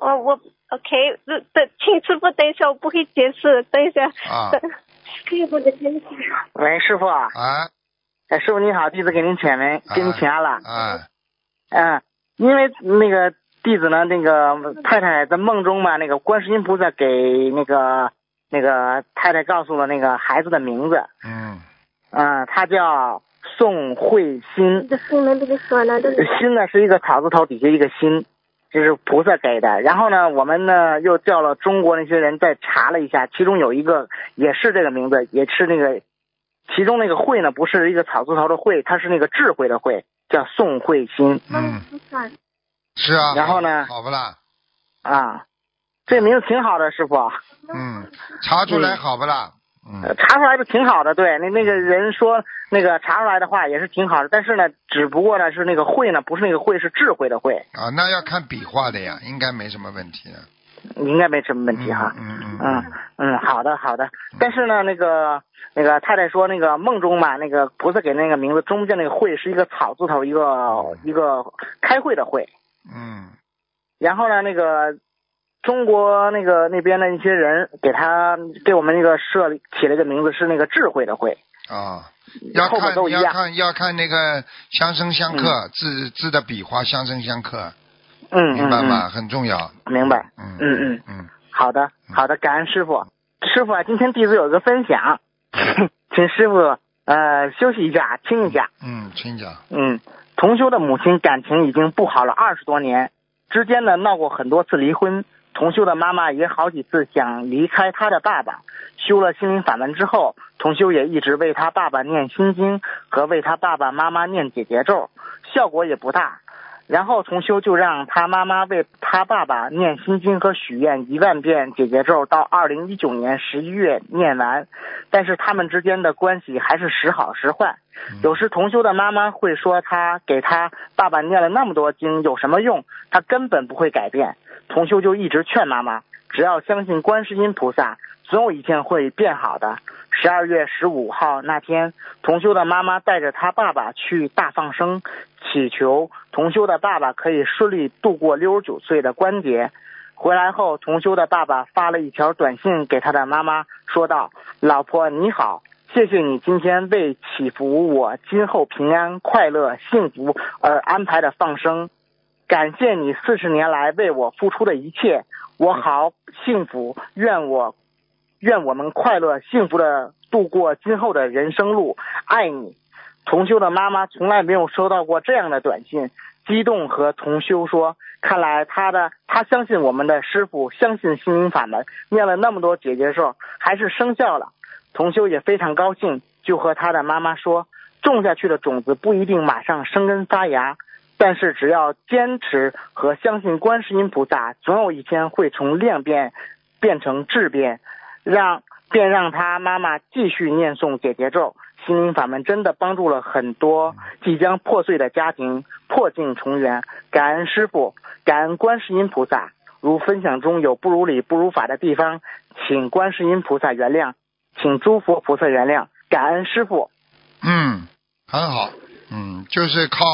S6: 我我 OK，这这请师傅等一下，我不会解释，等一下。
S2: 啊
S6: 等师傅的天下。
S7: 喂，师傅，
S2: 啊
S7: 哎，师傅你好，弟子给您请安，给您请安了。
S2: 啊，
S7: 嗯，因为那个弟子呢，那个太太在梦中嘛，那个观世音菩萨给那个那个太太告诉了那个孩子的名字，
S2: 嗯，
S7: 嗯，他叫宋慧
S6: 你
S7: 心，
S6: 的心门这个锁呢？这是
S7: 心呢是一个草字头底下一个心，这是菩萨给的。然后呢，我们呢又叫了中国那些人再查了一下，其中有一个也是这个名字，也是那个，其中那个慧呢不是一个草字头的慧，它是那个智慧的慧，叫宋慧心
S2: 嗯，
S6: 不算。
S2: 是啊，
S7: 然后呢
S2: 好好不啦？
S7: 啊。这名字挺好的，师傅，
S2: 嗯，查出来好不啦？嗯
S7: 呃查出来的挺好的。对，那那个人说那个查出来的话也是挺好的，但是呢，只不过呢是那个慧呢，不是那个慧，是智慧的慧，
S2: 啊，那要看笔画的呀，应该没什么问题的。
S7: 应该没什么问题哈。
S2: 嗯嗯
S7: 嗯
S2: 嗯，
S7: 嗯，好的好的。但是呢，那个那个太太说，那个梦中嘛，那个菩萨给那个名字中间那个会是一个草字头，一个一个开会的会。
S2: 嗯
S7: 然后呢，那个中国那个那边的一些人给他给我们那个设了起了一个名字是那个智慧的慧，
S2: 嗯啊，要
S7: 后面
S2: 看
S7: 都一
S2: 要
S7: 样。
S2: 看要看那个相生相克，字字的笔画相生相克，
S7: 嗯
S2: 明白吗？
S7: 嗯
S2: 很重要。
S7: 嗯，明白。
S2: 嗯
S7: 嗯嗯，
S2: 嗯，
S7: 好的好的，感恩师傅。师傅啊，今天弟子有一个分享， 请师傅呃休息一下，听一下。
S2: 嗯，请讲。
S7: 嗯，同修的母亲感情已经不好了二十多年，之间呢闹过很多次离婚。同修的妈妈也好几次想离开他的爸爸。修了心灵法门之后，同修也一直为他爸爸念心经和为他爸爸妈妈念解结咒，效果也不大。然后同修就让他妈妈为他爸爸念心经和许愿一万遍解结咒，到二零一九年十一月念完。但是他们之间的关系还是时好时坏。有时同修的妈妈会说，他给他爸爸念了那么多经有什么用？他根本不会改变。同修就一直劝妈妈，只要相信观世音菩萨，总有一天会变好的。十二月十五号那天，同修的妈妈带着他爸爸去大放生，祈求同修的爸爸可以顺利度过六十九岁的关节。回来后，同修的爸爸发了一条短信给他的妈妈，说道：“老婆你好，谢谢你今天为祈福我今后平安、快乐、幸福而安排的放生，感谢你四十年来为我付出的一切，我好幸福，愿我愿我们快乐幸福的度过今后的人生路，爱你。同修的妈妈从来没有收到过这样的短信，激动和同修说：“看来他的他相信我们的师傅，相信心灵法门，念了那么多解决咒，还是生效了。”同修也非常高兴，就和他的妈妈说：“种下去的种子不一定马上生根发芽，但是只要坚持和相信观世音菩萨，总有一天会从量变变成质变，让便让他妈妈继续念诵解结咒。心灵法门真的帮助了很多即将破碎的家庭破镜重圆，感恩师傅，感恩观世音菩萨。如分享中有不如理、不如法的地方，请观世音菩萨原谅，请诸佛菩萨原谅，感恩师傅。
S2: 嗯，很好。嗯，就是靠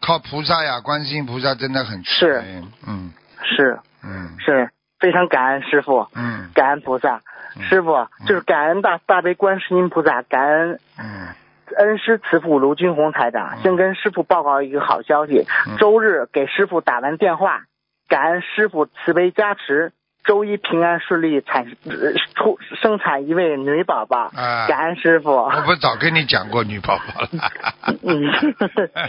S2: 靠菩萨呀，观世音菩萨真的很慈
S7: 是
S2: 悲。嗯
S7: 是
S2: 嗯
S7: 是，非常感恩师傅，
S2: 嗯
S7: 感恩菩萨，
S2: 嗯
S7: 师傅就是感恩大大悲观世音菩萨，感恩
S2: 嗯
S7: 恩师慈父卢军红台长，先跟师傅报告一个好消息
S2: 嗯，
S7: 周日给师傅打完电话，感恩师傅慈悲加持，周一平安顺利产呃出生产一位女宝宝，
S2: 啊，
S7: 感恩师傅。
S2: 我不早跟你讲过女宝宝了。
S7: 嗯，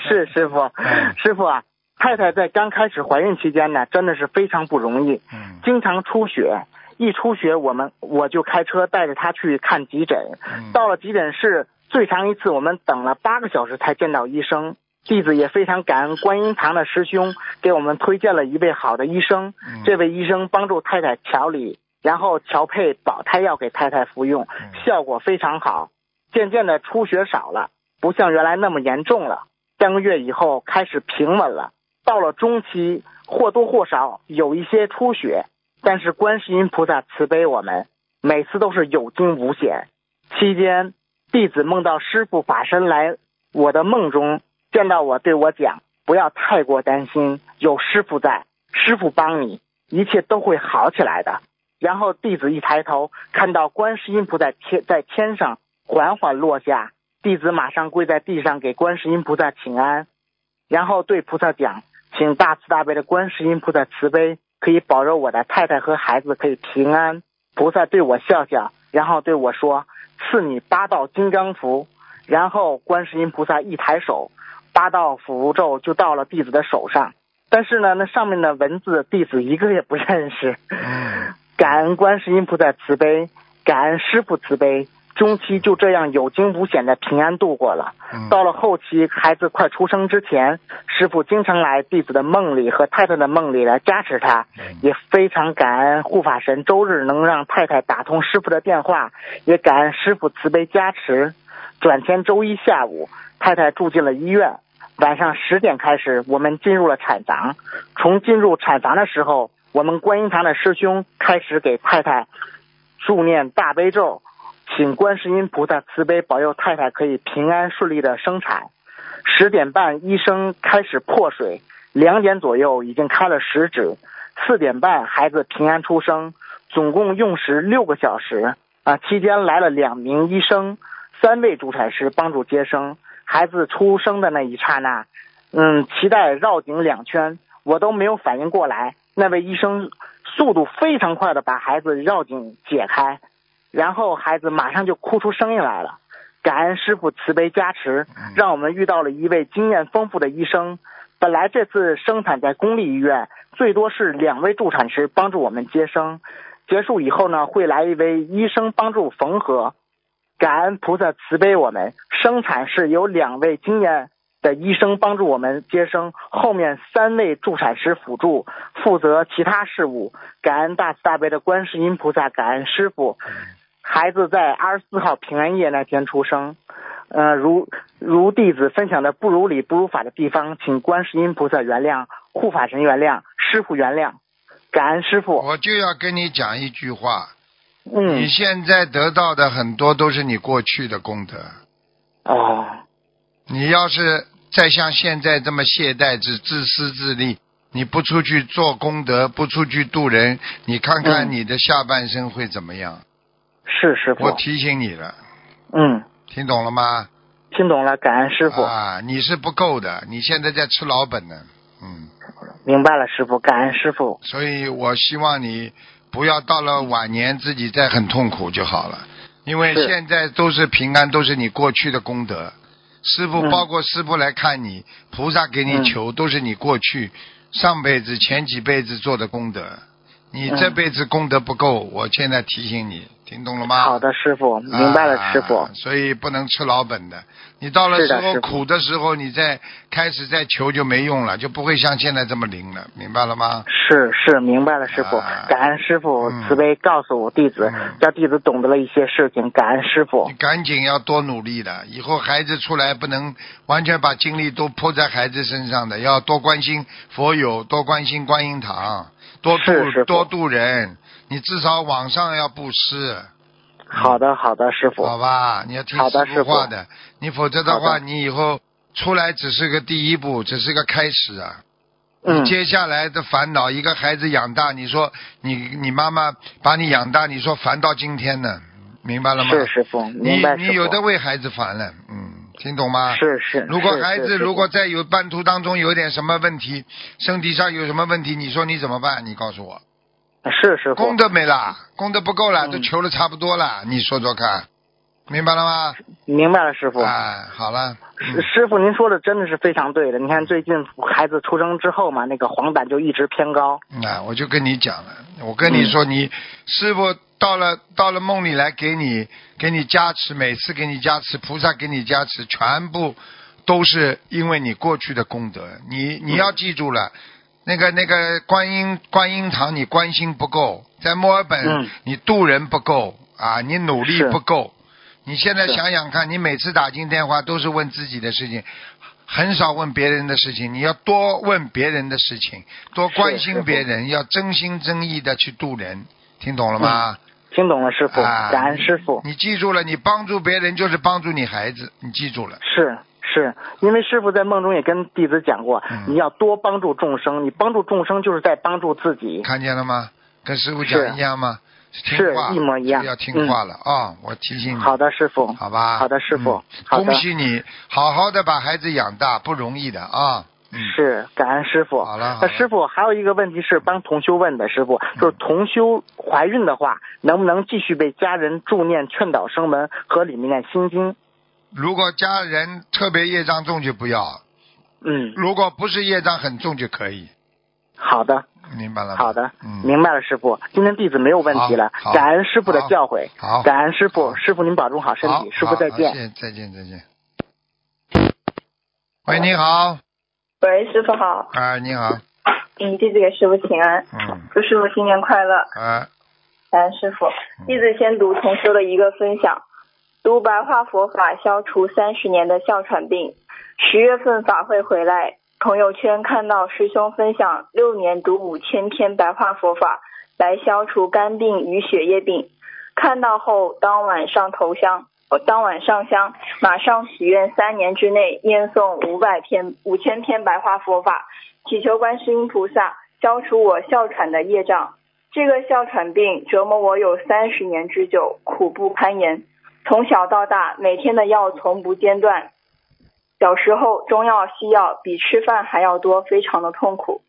S7: 是师傅
S2: 嗯，
S7: 师傅啊，太太在刚开始怀孕期间呢，真的是非常不容易，
S2: 嗯
S7: 经常出血，一出血我们我就开车带着她去看急诊，
S2: 嗯
S7: 到了急诊室，最长一次我们等了八个小时才见到医生。弟子也非常感恩观音堂的师兄给我们推荐了一位好的医生，
S2: 嗯
S7: 这位医生帮助太太调理，然后调配保胎药给太太服用，效果非常好。渐渐的出血少了，不像原来那么严重了。三个月以后开始平稳了，到了中期或多或少有一些出血，但是观世音菩萨慈悲我们，每次都是有惊无险。期间，弟子梦到师父法身来我的梦中，见到我对我讲：“不要太过担心，有师傅在，师傅帮你，一切都会好起来的。”然后弟子一抬头，看到观世音菩萨天在天上缓缓落下，弟子马上跪在地上给观世音菩萨请安，然后对菩萨讲：“请大慈大悲的观世音菩萨慈悲，可以保佑我的太太和孩子可以平安。”菩萨对我笑笑，然后对我说：“赐你八道金刚符。”然后观世音菩萨一抬手，八道符咒就到了弟子的手上。但是呢，那上面的文字弟子一个也不认识。
S2: 嗯
S7: 感恩观世音菩萨慈悲，感恩师父慈悲，中期就这样有惊无险的平安度过了。
S2: 嗯
S7: 到了后期，孩子快出生之前，师傅经常来弟子的梦里和太太的梦里来加持他，也非常感恩护法神周日能让太太打通师傅的电话，也感恩师傅慈悲加持。转天周一下午，太太住进了医院。晚上十点开始，我们进入了产房。从进入产房的时候，我们观音堂的师兄开始给太太助念大悲咒，请观世音菩萨慈悲保佑太太可以平安顺利的生产。十点半，医生开始破水，两点左右已经开了十指，四点半孩子平安出生，总共用时六个小时啊。期间来了两名医生，三位主产师帮助接生，孩子出生的那一刹那，嗯，脐带绕颈两圈，我都没有反应过来。那位医生速度非常快的把孩子绕颈解开，然后孩子马上就哭出声音来了。感恩师傅慈悲加持，让我们遇到了一位经验丰富的医生。本来这次生产在公立医院，最多是两位助产师帮助我们接生。结束以后呢，会来一位医生帮助缝合。感恩菩萨慈悲我们，生产是有两位经验的医生帮助我们接生，后面三位助产师辅助负责其他事务。感恩大慈大悲的观世音菩萨，感恩师傅。孩子在二十四号平安夜那天出生。呃，如如弟子分享的不如理不如法的地方，请观世音菩萨原谅，护法神原谅，师傅原谅，感恩师傅。
S2: 我就要跟你讲一句话，
S7: 嗯
S2: 你，现在得到的很多都是你过去的功德。
S7: 哦，
S2: 你要是再像现在这么懈怠、自自私自利，你不出去做功德，不出去度人，你看看
S7: 嗯
S2: 你的下半生会怎么样？
S7: 是师
S2: 我
S7: 傅，
S2: 提醒你了，
S7: 嗯，
S2: 听懂了吗？
S7: 听懂了，感恩师傅，
S2: 啊，你是不够的，你现在在吃老本呢。嗯，
S7: 明白了，师傅，感恩师傅，
S2: 所以我希望你不要到了晚年自己再很痛苦就好了，因为
S7: 是
S2: 现在都是平安，都是你过去的功德。师傅，
S7: 嗯
S2: 包括师傅来看你，菩萨给你
S7: 嗯
S2: 求，都是你过去上辈子、前几辈子做的功德。你这
S7: 嗯
S2: 辈子功德不够，我现在提醒你，听懂了吗？
S7: 好的，师傅，明白了，师傅
S2: 啊，所以不能吃老本的。你到了
S7: 是
S2: 时
S7: 的
S2: 候
S7: 师傅
S2: 苦的时候，你再开始再求就没用了，就不会像现在这么灵了，明白了吗？
S7: 是是，明白了，师傅
S2: 啊，
S7: 感恩师傅
S2: 嗯
S7: 慈悲告诉我弟子
S2: 嗯，
S7: 让弟子懂得了一些事情，感恩师傅
S2: 你，赶紧要多努力的，以后孩子出来不能完全把精力都扑在孩子身上的，要多关心佛友，多关心观音堂，多度
S7: 是师傅
S2: 多度人。你至少网上要布施，
S7: 好的好的，师傅，
S2: 好吧？你要听
S7: 好的
S2: 师
S7: 师
S2: 傅
S7: 傅
S2: 话的，你否则的话，
S7: 好的
S2: 你以后出来只是个第一步，只是个开始啊。
S7: 嗯，
S2: 接下来的烦恼，一个孩子养大，你说你你妈妈把你养大，你说烦到今天呢，明白了吗？
S7: 是师傅，明白
S2: 你
S7: 师
S2: 你有的
S7: 傅，
S2: 为孩子烦了，嗯，听懂吗？
S7: 是是，
S2: 如果
S7: 是
S2: 孩
S7: 是
S2: 子
S7: 师
S2: 如
S7: 傅
S2: 果在有半途当中有点什么问题，身体上有什么问题，你说你怎么办？你告诉我，
S7: 是师傅
S2: 功，德没啦，功德不够啦，
S7: 嗯
S2: 都求了差不多啦，你说说看，明白了吗？
S7: 明白了，师傅。
S2: 哎，好了，
S7: 师师傅，您说的真的是非常对的。你看最近孩子出生之后嘛，那个黄疸就一直偏高。
S2: 那啊我就跟你讲了，我跟你
S7: 嗯
S2: 说，你师傅到了到了梦里来给你给你加持，每次给你加持，菩萨给你加持，全部都是因为你过去的功德。你你要记住了，那个那个观音观音堂你关心不够，在墨尔本、
S7: 嗯
S2: 你度人不够啊，你努力
S7: 是
S2: 不够。你现在
S7: 是
S2: 想想看，你每次打进电话都是问自己的事情，很少问别人的事情，你要多问别人的事情，多关心别人，要真心真意的去度人，听懂了吗？
S7: 嗯听懂了，师傅，
S2: 啊
S7: 感恩师傅。
S2: 你记住了，你帮助别人就是帮助你孩子，你记住了。
S7: 是是，因为师傅在梦中也跟弟子讲过，
S2: 嗯
S7: 你要多帮助众生，你帮助众生就是在帮助自己。
S2: 看见了吗？跟师傅
S7: 是
S2: 讲一样吗？听
S7: 是
S2: 话，
S7: 一模一样嗯
S2: 要听话了啊、我提醒你，
S7: 好的，师傅，
S2: 好吧？
S7: 好的师傅
S2: 嗯
S7: 好的
S2: 恭喜你，好好的把孩子养大，不容易的啊。嗯，
S7: 是感恩师傅。
S2: 好了好
S7: 那
S2: 了嗯
S7: 师傅还有一个问题是帮同修问的，师傅就是同修怀孕的话，能不能继续被家人助念劝导生门和里面念心经？
S2: 如果家人特别业障重就不要，
S7: 嗯，
S2: 如果不是业障很重就可以，
S7: 好的，
S2: 明白了吗？
S7: 好的，
S2: 嗯，
S7: 明白了，师傅。今天弟子没有问题了
S2: 好好，
S7: 感恩师傅的教诲，
S2: 好，
S7: 感恩师傅，师傅您保重好身
S2: 好
S7: 体，师傅再见
S2: 好。谢谢再见，再见。喂，你好，
S3: 喂，师傅好，
S2: 啊，你好，
S3: 嗯，弟子给师傅请安，
S2: 嗯，
S3: 祝师傅新年快乐。
S2: 啊，
S3: 感恩师傅，弟子先读同修的一个分享，读白话佛法消除三十年的哮喘病。十月份法会回来，朋友圈看到师兄分享六年读五千篇白话佛法来消除肝病与血液病，看到后当晚上头香，我当晚上香，马上许愿三年之内念诵五百篇五千篇白话佛法，祈求观世音菩萨消除我哮喘的业障。这个哮喘病折磨我有三十年之久，苦不堪言。
S8: 从小到大，每天的药从不间断。小时候中药西药比吃饭还要多，非常的痛苦。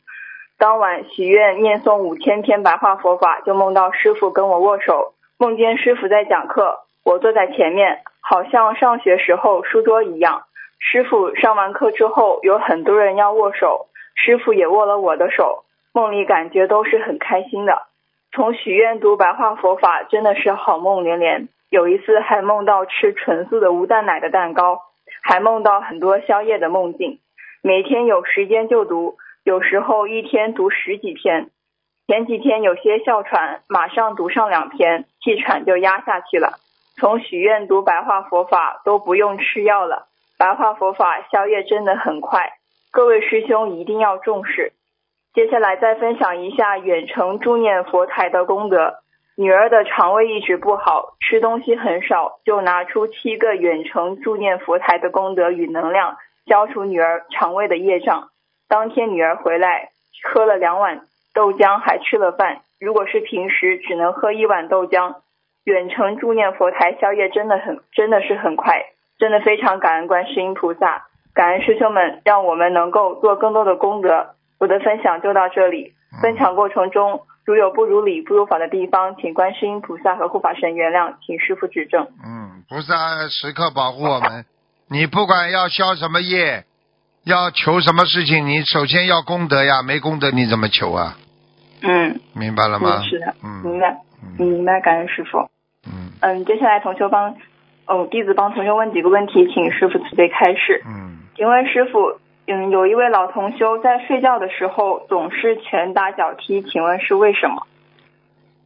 S8: 当晚许愿念诵五千篇白话佛法，就梦到师傅跟我握手，梦见师傅在讲课，我坐在前面，好像上学时候书桌一样。师傅上完课之后，有很多人要握手，师傅也握了我的手，梦里感觉都是很开心的。从许愿读白话佛法，真的是好梦连连。有一次还梦到吃纯素的无蛋奶的蛋糕，还梦到很多宵夜的梦境。每天有时间就读，有时候一天读十几篇。前几天有些哮喘，马上读上两篇，气喘就压下去了。从许愿读白话佛法都不用吃药了，白话佛法宵夜真的很快。各位师兄一定要重视。接下来再分享一下远程助念佛台的功德。女儿的肠胃一直不好，吃东西很少，就拿出七个远程助念佛台的功德与能量，消除女儿肠胃的业障。当天女儿回来，喝了两碗豆浆，还吃了饭。如果是平时，只能喝一碗豆浆。远程助念佛台宵夜真的很，真的是很快，真的非常感恩观世音菩萨，感恩师兄们，让我们能够做更多的功德。我的分享就到这里，分享过程中。如有不如理、不如法的地方，请观世音菩萨和护法神原谅，请师傅指正。
S2: 嗯，菩萨时刻保护我们。你不管要消什么业，要求什么事情，你首先要功德呀，没功德你怎么求啊？
S8: 嗯，
S2: 明白了吗？
S8: 嗯是的，明
S2: 嗯
S8: 白，
S2: 嗯
S8: 明白，感恩师傅。
S2: 嗯
S8: 嗯，接下来同修帮，哦，弟子帮同修问几个问题，请师傅慈悲开示。
S2: 嗯，
S8: 请问师傅，嗯，有一位老同修在睡觉的时候总是拳打脚踢，请问是为什么？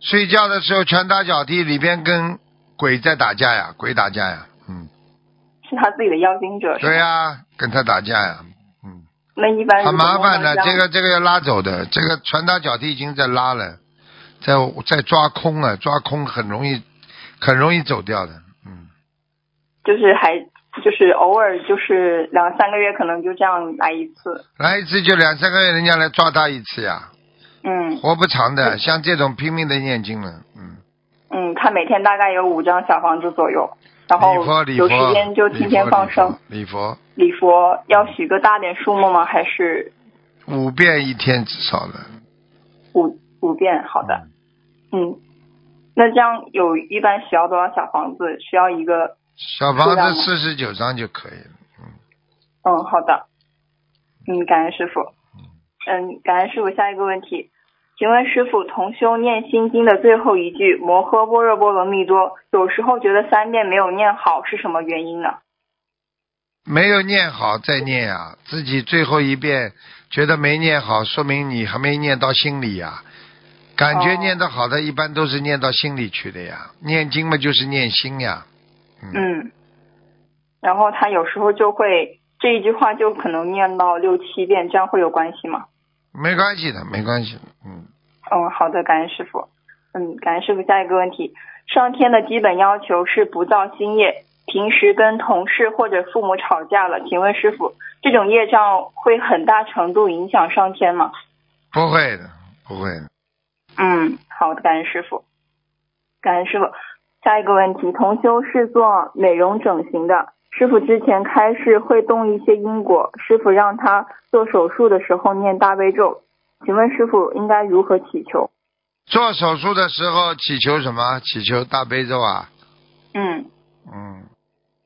S2: 睡觉的时候拳打脚踢，里边跟鬼在打架呀，鬼打架呀，嗯，
S8: 是他自己的妖精者？是吗
S2: 对。呀、跟他打架呀，嗯。
S8: 那一般
S2: 很麻烦
S8: 的
S2: 的，，这个这个要拉走的，这个拳打脚踢已经在拉了，在在抓空了，抓空很容易很容易走掉的，嗯，
S8: 就是还就是偶尔就是两三个月可能就这样来一次。
S2: 来一次就两三个月，人家来抓他一次呀，
S8: 嗯
S2: 活不长的，像这种拼命的念经了，嗯，
S8: 嗯，他每天大概有五张小房子左右，然后
S2: 礼佛礼
S8: 哦有
S2: 佛，
S8: 时间就天天放生。
S2: 礼佛，
S8: 礼佛要许个大点数目吗？还是
S2: 礼佛五遍一天至少的，
S8: 五五遍？好的，嗯。那这样有一般需要多少小房子？需要一个？
S2: 小房
S8: 知道吗
S2: 子四十九张就可以了，
S8: 嗯，好的。嗯，感恩师傅。嗯，感恩师傅。下一个问题，请问师傅，同修念心经的最后一句“摩诃般若波罗蜜多”，有时候觉得三遍没有念好，是什么原因呢？
S2: 没有念好再念啊，自己最后一遍觉得没念好，说明你还没念到心里呀、感觉
S8: 哦
S2: 念得好的，一般都是念到心里去的呀。念经嘛，就是念心呀。嗯，
S8: 嗯，然后他有时候就会这一句话就可能念到六七遍，这样会有关系吗？
S2: 没关系的，没关系的。嗯，
S8: 嗯，好的，感恩师傅。嗯，感恩师傅。下一个问题，上天的基本要求是不造新业。平时跟同事或者父母吵架了，请问师傅，这种业障会很大程度影响上天吗？
S2: 不会的，不会的。
S8: 嗯，好的，感恩师傅，感恩师傅。下一个问题，同修是做美容整形的，师傅之前开示会动一些因果，师傅让他做手术的时候念大悲咒，请问师傅应该如何祈求？
S2: 做手术的时候祈求什么？祈求大悲咒啊。
S8: 嗯，
S2: 嗯，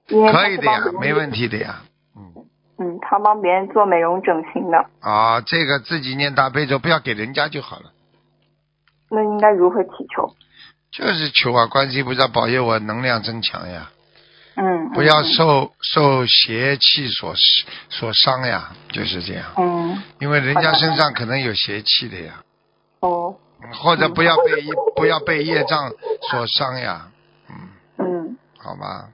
S8: 因为他
S2: 可以
S8: 是
S2: 的
S8: 帮
S2: 呀
S8: 别人，
S2: 没问题的呀。嗯，
S8: 嗯，他帮别人做美容整形的，
S2: 啊，这个自己念大悲咒，不要给人家就好了。
S8: 那应该如何祈求？
S2: 就是求啊，观世音菩萨保佑我能量增强呀，
S8: 嗯，
S2: 不要
S8: 嗯
S2: 受受邪气所所伤呀，就是这样。
S8: 嗯，
S2: 因为人
S8: 好
S2: 家
S8: 的
S2: 身上可能有邪气的呀，
S8: 哦，
S2: 或者不要被不要被业障所伤呀，
S8: 嗯。
S2: 好吧？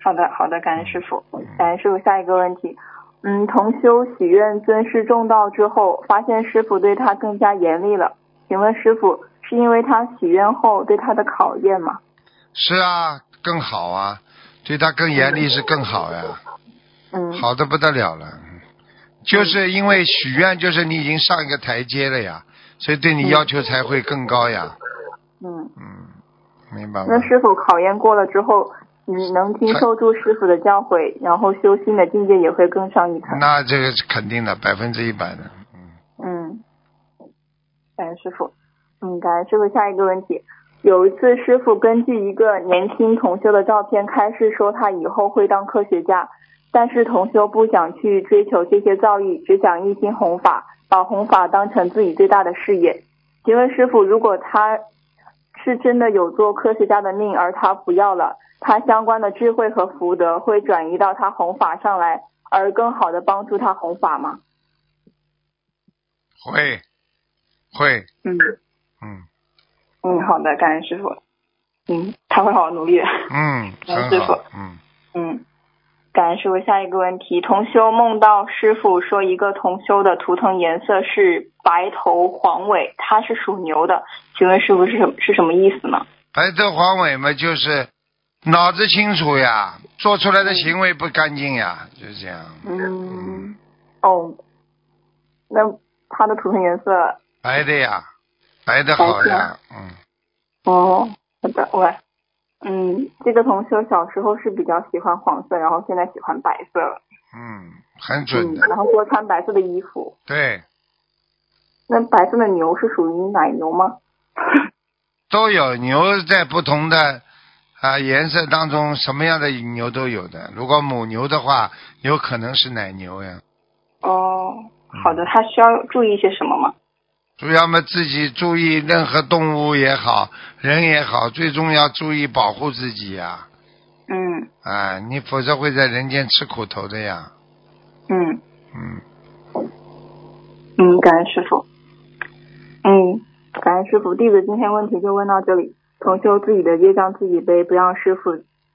S8: 好的，好的，感恩师傅，感恩师傅。下一个问题，嗯，同修许愿尊师重道之后，发现师傅对他更加严厉了，请问师傅是因为他许愿后对他的考验吗？
S2: 是啊，更好啊，对他更严厉是更好呀，
S8: 嗯，
S2: 好的不得了了。就是因为许愿，就是你已经上一个台阶了呀，所以对你要求才会更高呀。
S8: 嗯，
S2: 嗯，明白吗？
S8: 那师傅考验过了之后，你能听受住师傅的教诲，然后修心的境界也会更上一层。
S2: 那这个是肯定的，百分之一百的。
S8: 嗯，感恩师傅。嗯，感恩师傅。下一个问题，有一次师傅根据一个年轻同修的照片开示说他以后会当科学家，但是同修不想去追求这些造诣，只想一心弘法，把弘法当成自己最大的事业。请问师傅，如果他是真的有做科学家的命，而他不要了，他相关的智慧和福德会转移到他弘法上来，而更好的帮助他弘法吗？
S2: 会，会，
S8: 嗯
S2: 嗯
S8: 嗯，好的，感恩师傅。嗯，他会好好努力的。
S2: 嗯，
S8: 嗯
S2: 很
S8: 师傅
S2: 好，嗯，
S8: 嗯，感恩师傅。下一个问题，同修梦到师傅说一个同修的图腾颜色是白头黄尾，他是属牛的，请问师傅是什么是什么意思呢？
S2: 白头黄尾嘛，就是脑子清楚呀，做出来的行为不干净呀，就是这样。
S8: 嗯，哦，那他的图腾颜色，
S2: 白的呀，白的好
S8: 白
S2: 呀
S8: 的，
S2: 嗯，
S8: 哦，好的，喂。嗯，这个同修小时候是比较喜欢黄色，然后现在喜欢白色了。
S2: 嗯，很准
S8: 嗯
S2: 的，，
S8: 然后多穿白色的衣服。
S2: 对，
S8: 那白色的牛是属于奶牛吗？
S2: 都有牛在不同的啊、颜色当中，什么样的牛都有的。如果母牛的话，有可能是奶牛呀。
S8: 哦，好的，它需要注意些什么吗？
S2: 主要嘛，自己注意任何动物也好，人也好，最重要注意保护自己呀、
S8: 嗯
S2: 啊！你否则会在人间吃苦头的呀。
S8: 嗯
S2: 嗯，
S8: 嗯，感恩师傅。嗯，感恩师傅。弟子今天问题就问到这里，同修自己的业障自己背，不让师傅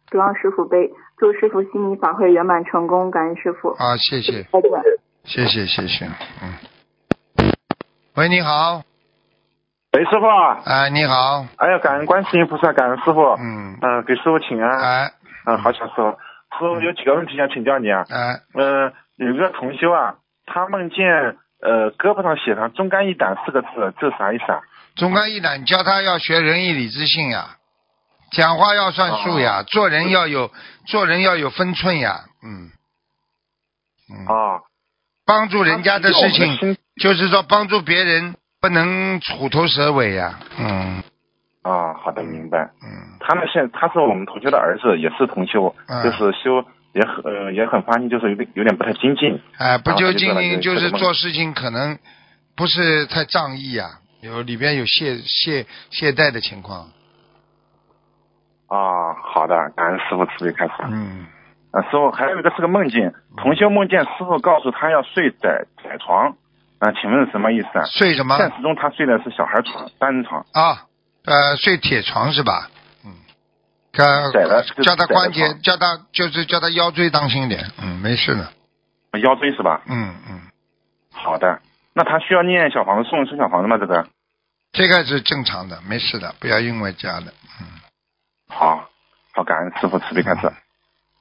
S8: 不让师傅背。祝师傅心理法会圆满成功，感恩师傅。
S2: 好，啊谢谢，
S8: 再见。
S2: 谢谢，谢谢。嗯，喂，你好，
S9: 喂，师傅，
S2: 啊，你好，
S9: 哎呀，感恩观世音菩萨，感恩师傅，嗯、
S2: 嗯，
S9: 给师傅请安，
S2: 哎，
S9: 嗯、好巧，师傅，师傅有几个问题想请教你啊，
S2: 哎，
S9: 呃，有一个同修啊，他梦见呃胳膊上写上“忠肝义胆”四个字，这是啥意思啊？
S2: 中干一胆，教他要学仁义礼智信呀，讲话要算数
S9: 啊
S2: 呀，做人要有做人要有分寸呀，嗯，嗯，
S9: 哦，
S2: 帮助人家的事
S9: 他
S2: 情
S9: 提醒我们的心
S2: 就是说帮助别人不能虎头蛇尾呀、嗯
S9: 啊、好的，明白。
S2: 嗯
S9: 他呢，现他是我们同修的儿子，也是同修，
S2: 嗯
S9: 就是修也很呃也很发现，就是有点有点不太精进。
S2: 哎，不究竟
S9: 啊
S2: 竟
S9: 对
S2: 就是
S9: 这个
S2: 做事情可能不是太仗义呀、有里边有懈懈懈怠的情况。
S9: 啊、好的，感恩师傅慈悲开示。
S2: 嗯，
S9: 啊，师傅，还有一个是个梦境，同修梦见师傅告诉他要睡窄窄床，啊，请问是什么意思啊？
S2: 睡什么
S9: 现实中他睡的是小孩床，单人床，
S2: 啊？呃，睡铁床是吧？嗯，呃
S9: 窄的就是
S2: 叫他
S9: 窄的
S2: 关节，
S9: 床
S2: 叫他就是叫他腰椎当心点。嗯，没事的。
S9: 哦腰椎是吧？
S2: 嗯嗯，
S9: 好的，那他需要念小房子送送小房子吗？这个？
S2: 这个是正常的，没事的，不要因为这样的。
S9: 好，好，感恩师傅慈悲开示。
S2: 嗯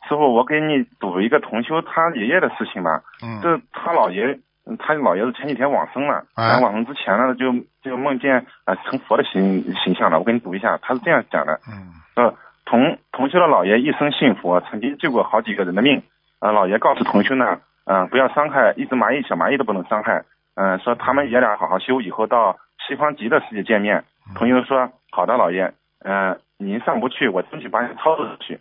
S9: 师傅，我给你补一个同修他爷爷的事情吧，
S2: 嗯，
S9: 这他姥爷，嗯他姥爷是前几天往生了，
S2: 哎
S9: 然后往生之前呢，就就梦见啊、呃成佛的形形象了。我给你读一下，他是这样讲的。
S2: 嗯
S9: 呃，同同修的姥爷一生信佛，曾经救过好几个人的命。呃，姥爷告诉同修呢，嗯、不要伤害，一只蚂蚁、小蚂蚁都不能伤害。嗯、说他们爷俩好好修，以后到西方极乐世界见面。同修说：“好的，姥爷，嗯、您上不去，我争取把你超度出去。”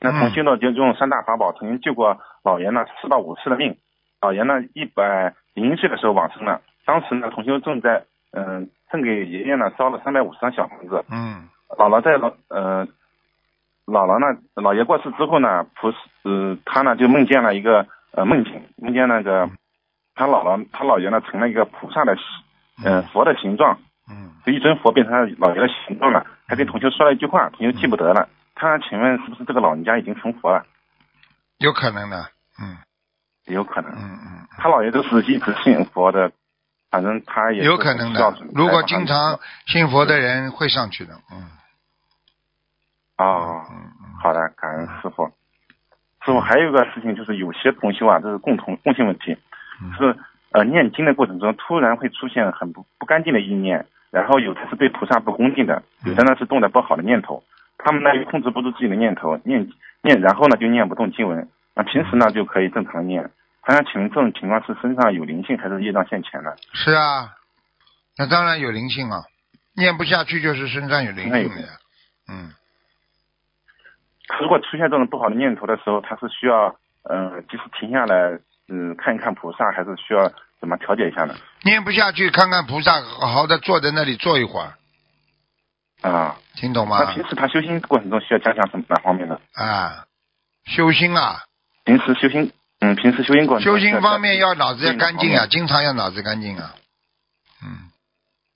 S9: 那同修呢，就用三大法宝曾经救过姥爷呢四到五次的命。姥爷呢一百零一岁的时候往生了，当时呢同修正在嗯、赠给爷爷呢烧了三百五十张小房子。
S2: 嗯
S9: 姥姥在老呃，姥姥呢，姥爷过世之后呢，菩呃，他呢就梦见了一个呃梦境，梦见那
S2: 嗯
S9: 个他姥姥他姥爷呢成了一个菩萨的呃佛的形状，
S2: 嗯，
S9: 就一尊佛变成了姥爷的形状了，还跟同学说了一句话，同学记不得
S2: 嗯
S9: 了。他请问是不是这个老人家已经成佛了？
S2: 有可能的。嗯
S9: 也有可能，
S2: 嗯嗯。
S9: 他姥爷都是一直信佛的，反正他也是
S2: 有可能
S9: 需要
S2: 的。如果经常信佛的人会上去的，嗯
S9: 哦，好的，感恩师傅。师傅还有一个事情就是，有些同修啊，这是共同共性问题，是呃念经的过程中突然会出现很不不干净的意念，然后有的是对菩萨不恭敬的，有的呢是动的不好的念头。他们呢又控制不住自己的念头，念念，然后呢就念不动经文。那平时呢就可以正常念。他想请问这种情况是身上有灵性还是业障现前呢？
S2: 是啊，那当然有灵性啊，念不下去就是身上有灵性的呀。嗯，
S9: 哎如果出现这种不好的念头的时候，他是需要呃及时停下来，嗯、看一看菩萨，还是需要怎么调节一下呢？
S2: 念不下去看看菩萨，好好的坐在那里坐一会儿，
S9: 啊，
S2: 听懂
S9: 那
S2: 吗？
S9: 平时他修行过程中需要加强什么哪方面呢？
S2: 啊，修心啊，
S9: 平时修行，嗯，平时修行过程
S2: 修
S9: 中
S2: 心方面要脑子要
S9: 嗯
S2: 干净
S9: 好
S2: 啊，
S9: 的
S2: 经常要脑子干净啊。嗯，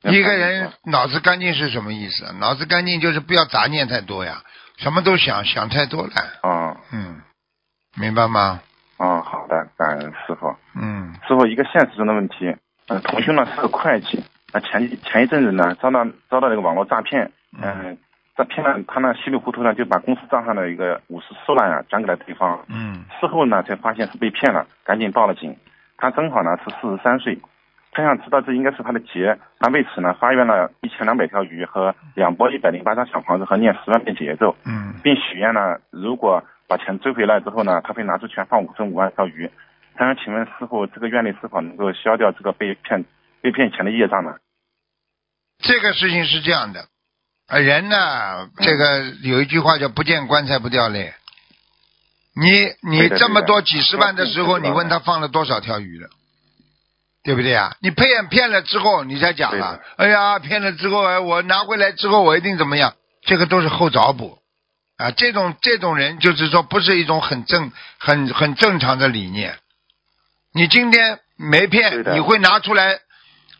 S9: 要
S2: 一个
S9: 干净
S2: 人
S9: 啊
S2: 脑子干净是什么意思啊？脑子干净就是不要杂念太多呀，什么都想，想太多了。
S9: 啊
S2: 嗯，明白吗？
S9: 啊，好的，感恩师傅。
S2: 嗯，
S9: 师傅一个现实中的问题，呃，同修呢是个会计，那前一前一阵子呢遭到遭到那个网络诈骗，嗯、诈骗呢他呢稀里糊涂呢就把公司账上的一个五十四万啊转给了对方，
S2: 嗯，
S9: 事后呢才发现是被骗了，赶紧报了警。他正好呢是四十三岁，他想知道这应该是他的劫，他为此呢发愿了一千两百条鱼和两波一百零八张小房子和念十万遍解咒，
S2: 嗯，
S9: 并许愿呢，如果把钱追回来之后呢，他会拿出钱放五十五万条鱼。他想请问师傅，这个愿力是否能够消掉这个被骗被骗钱的业障呢？
S2: 这个事情是这样的，呃人呢，这个有一句话叫“不见棺材不掉泪”。你你
S9: 对的
S2: 这么
S9: 对的啊
S2: 多几十万的时候，
S9: 对的
S2: 你问他放了多少条鱼了，对不对啊？你骗骗了之后，你才讲
S9: 对
S2: 了
S9: 的，
S2: 哎呀，骗了之后，哎，我拿回来之后，我一定怎么样？这个都是后找补啊！这种这种人就是说，不是一种很正、很很正常的理念。你今天没
S9: 对
S2: 骗，
S9: 的
S2: 你会拿出来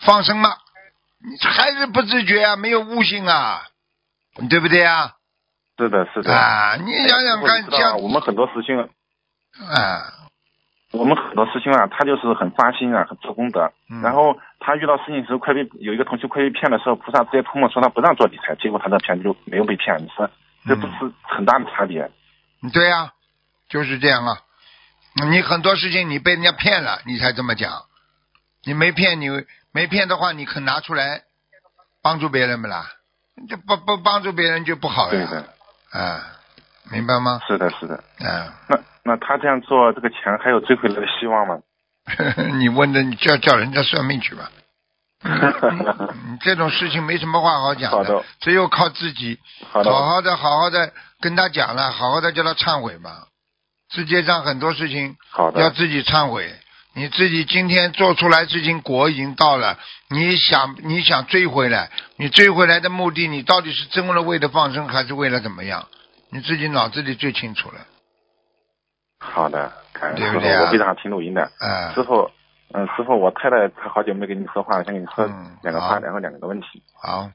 S2: 放生吗？你还是不自觉啊，没有悟性啊，对不对啊？
S9: 是的，是的。
S2: 啊，你想想
S9: 哎
S2: 看
S9: 师傅，你知道啊
S2: 像
S9: 我们很多师兄，
S2: 啊，
S9: 我们很多师兄啊，他就是很发心啊，很做功德。
S2: 嗯
S9: 然后他遇到事情时候，快被有一个同学快被骗的时候，菩萨直接通了，说他不让做理财，结果他的钱就没有被骗。你说这
S2: 嗯
S9: 不是很大的差别？
S2: 对呀、就是这样啊。你很多事情你被人家骗了，你才这么讲。你没骗你没骗的话，你肯拿出来帮助别人不啦？就不不帮助别人就不好
S9: 对
S2: 呀。
S9: 的，
S2: 啊，明白吗？
S9: 是的，是的。
S2: 啊，
S9: 那那他这样做，这个钱还有追回来的希望吗？
S2: 你问的你叫叫人家算命去吧。 嗯这种事情没什么话好讲
S9: 好的
S2: 只有靠自己，
S9: 好的，
S2: 好好的好好的跟他讲了，好好的叫他忏悔嘛。世界上很多事情
S9: 好的，
S2: 要自己忏悔，你自己今天做出来事情果已经到了，你想你想追回来，你追回来的目的，你到底是真的为了放生，还是为了怎么样？你自己脑子里最清楚了，
S9: 好的，感恩
S2: 对不
S9: 师傅
S2: 对啊
S9: 我非常听录音的。
S2: 啊、
S9: 师傅，嗯，师傅，我太太她好久没跟你说话了，想跟你说
S2: 嗯
S9: 两个
S2: 好
S9: 话，然后两个问题。
S2: 好，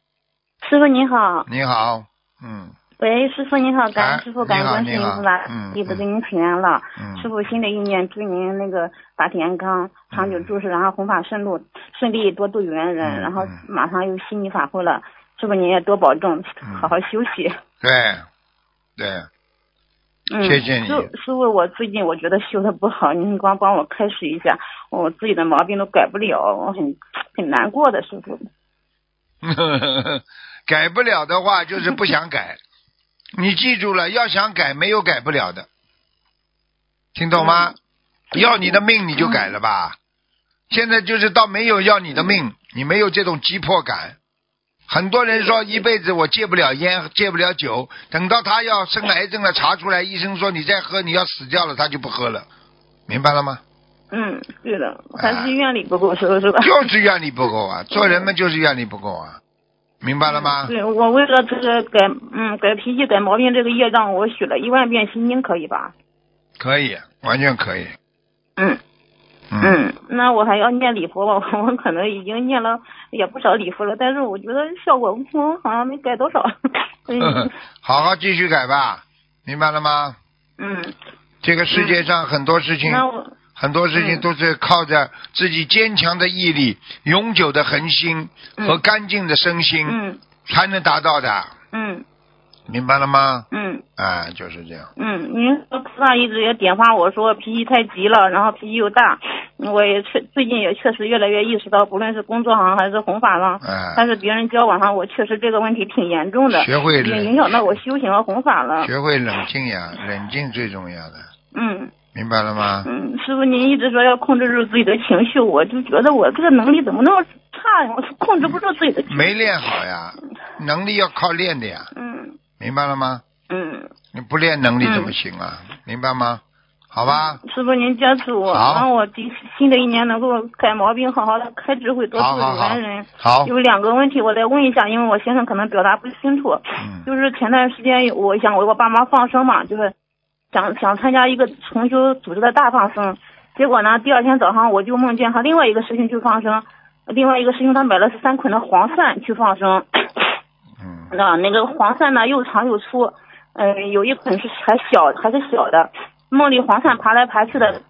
S10: 师傅您好，
S2: 你好，嗯
S10: 喂，师傅您好，感
S2: 哎
S10: 恩师傅，感
S2: 你
S10: 恩
S2: 好
S10: 观世音
S2: 你好
S10: 菩萨
S2: 嗯，
S10: 弟子
S2: 嗯
S10: 给您请安了。
S2: 嗯，
S10: 师傅新的一年祝您那个法体安康，长久住世，然后弘法顺路，顺利多度有缘
S2: 嗯
S10: 人，然后
S2: 嗯
S10: 马上又悉尼法会了，师傅您也多保重，
S2: 嗯
S10: 好好休息。
S2: 对对，
S10: 嗯，
S2: 谢谢你
S10: 师师傅，我最近我觉得修的不好，您光帮我开示一下，我自己的毛病都改不了，我很很难过的，师傅。
S2: 改不了的话就是不想改。你记住了，要想改，没有改不了的，听懂吗？要你的命你就改了吧。现在就是到没有要你的命，你没有这种急迫感。很多人说一辈子我戒不了烟，戒不了酒，等到他要生癌症了，查出来，医生说你再喝你要死掉了，他就不喝了，明白了吗？
S10: 嗯，对的，
S2: 哎
S10: 还是愿力不够，师傅是吧？
S2: 就是愿力不够啊，做人们就是愿力不够啊，明白了吗？
S10: 对，我为了这个改，嗯，改脾气、改毛病这个业障，我许了一万遍心经，可以吧？
S2: 可以，完全可以。
S10: 嗯嗯，那我还要念礼佛吧， 我可能已经念了也不少礼佛了，但是我觉得效果不同，好像没改多少。 嗯
S2: 好好继续改吧，明白了吗？
S10: 嗯，
S2: 这个世界上很多事情，
S10: 那我
S2: 很多事情
S10: 嗯
S2: 都是靠着自己坚强的毅力、永久的恒心和
S10: 嗯
S2: 干净的身心
S10: 嗯
S2: 才能达到的。
S10: 嗯
S2: 明白了吗？
S10: 嗯
S2: 哎，就是这样。
S10: 嗯，您说菩萨一直也点化我说脾气太急了，然后脾气又大，我也确最近也确实越来越意识到，不论是工作上还是弘法上，
S2: 哎，
S10: 但是别人交往上，我确实这个问题挺严重的，
S2: 学会
S10: 也
S2: 冷
S10: 影响到我修行和弘法了。
S2: 学会冷静呀，冷静最重要的，
S10: 嗯
S2: 明白了吗？
S10: 嗯，师傅您一直说要控制住自己的情绪，我就觉得我这个能力怎么那么差呀？我控制不住自己的情绪。
S2: 没练好呀，能力要靠练的呀，
S10: 嗯
S2: 明白了吗？
S10: 嗯，
S2: 你不练能力怎么行啊？明白吗？好吧，
S10: 师傅您加持我，
S2: 好
S10: 让我第新的一年能够改毛病，好好的开智慧，多
S2: 好
S10: 助
S2: 好好
S10: 缘人。
S2: 好，
S10: 有两个问题我再问一下，因为我先生可能表达不清楚。
S2: 嗯
S10: 就是前段时间我想我给我爸妈放生嘛，就是想想参加一个重修组织的大放生，结果呢，第二天早上我就梦见和另外一个师兄去放生，另外一个师兄他买了十三捆的黄鳝去放生，
S2: 嗯
S10: 那啊那个黄鳝呢又长又粗，嗯、有一捆是还小还是小的，梦里黄鳝爬来爬去的。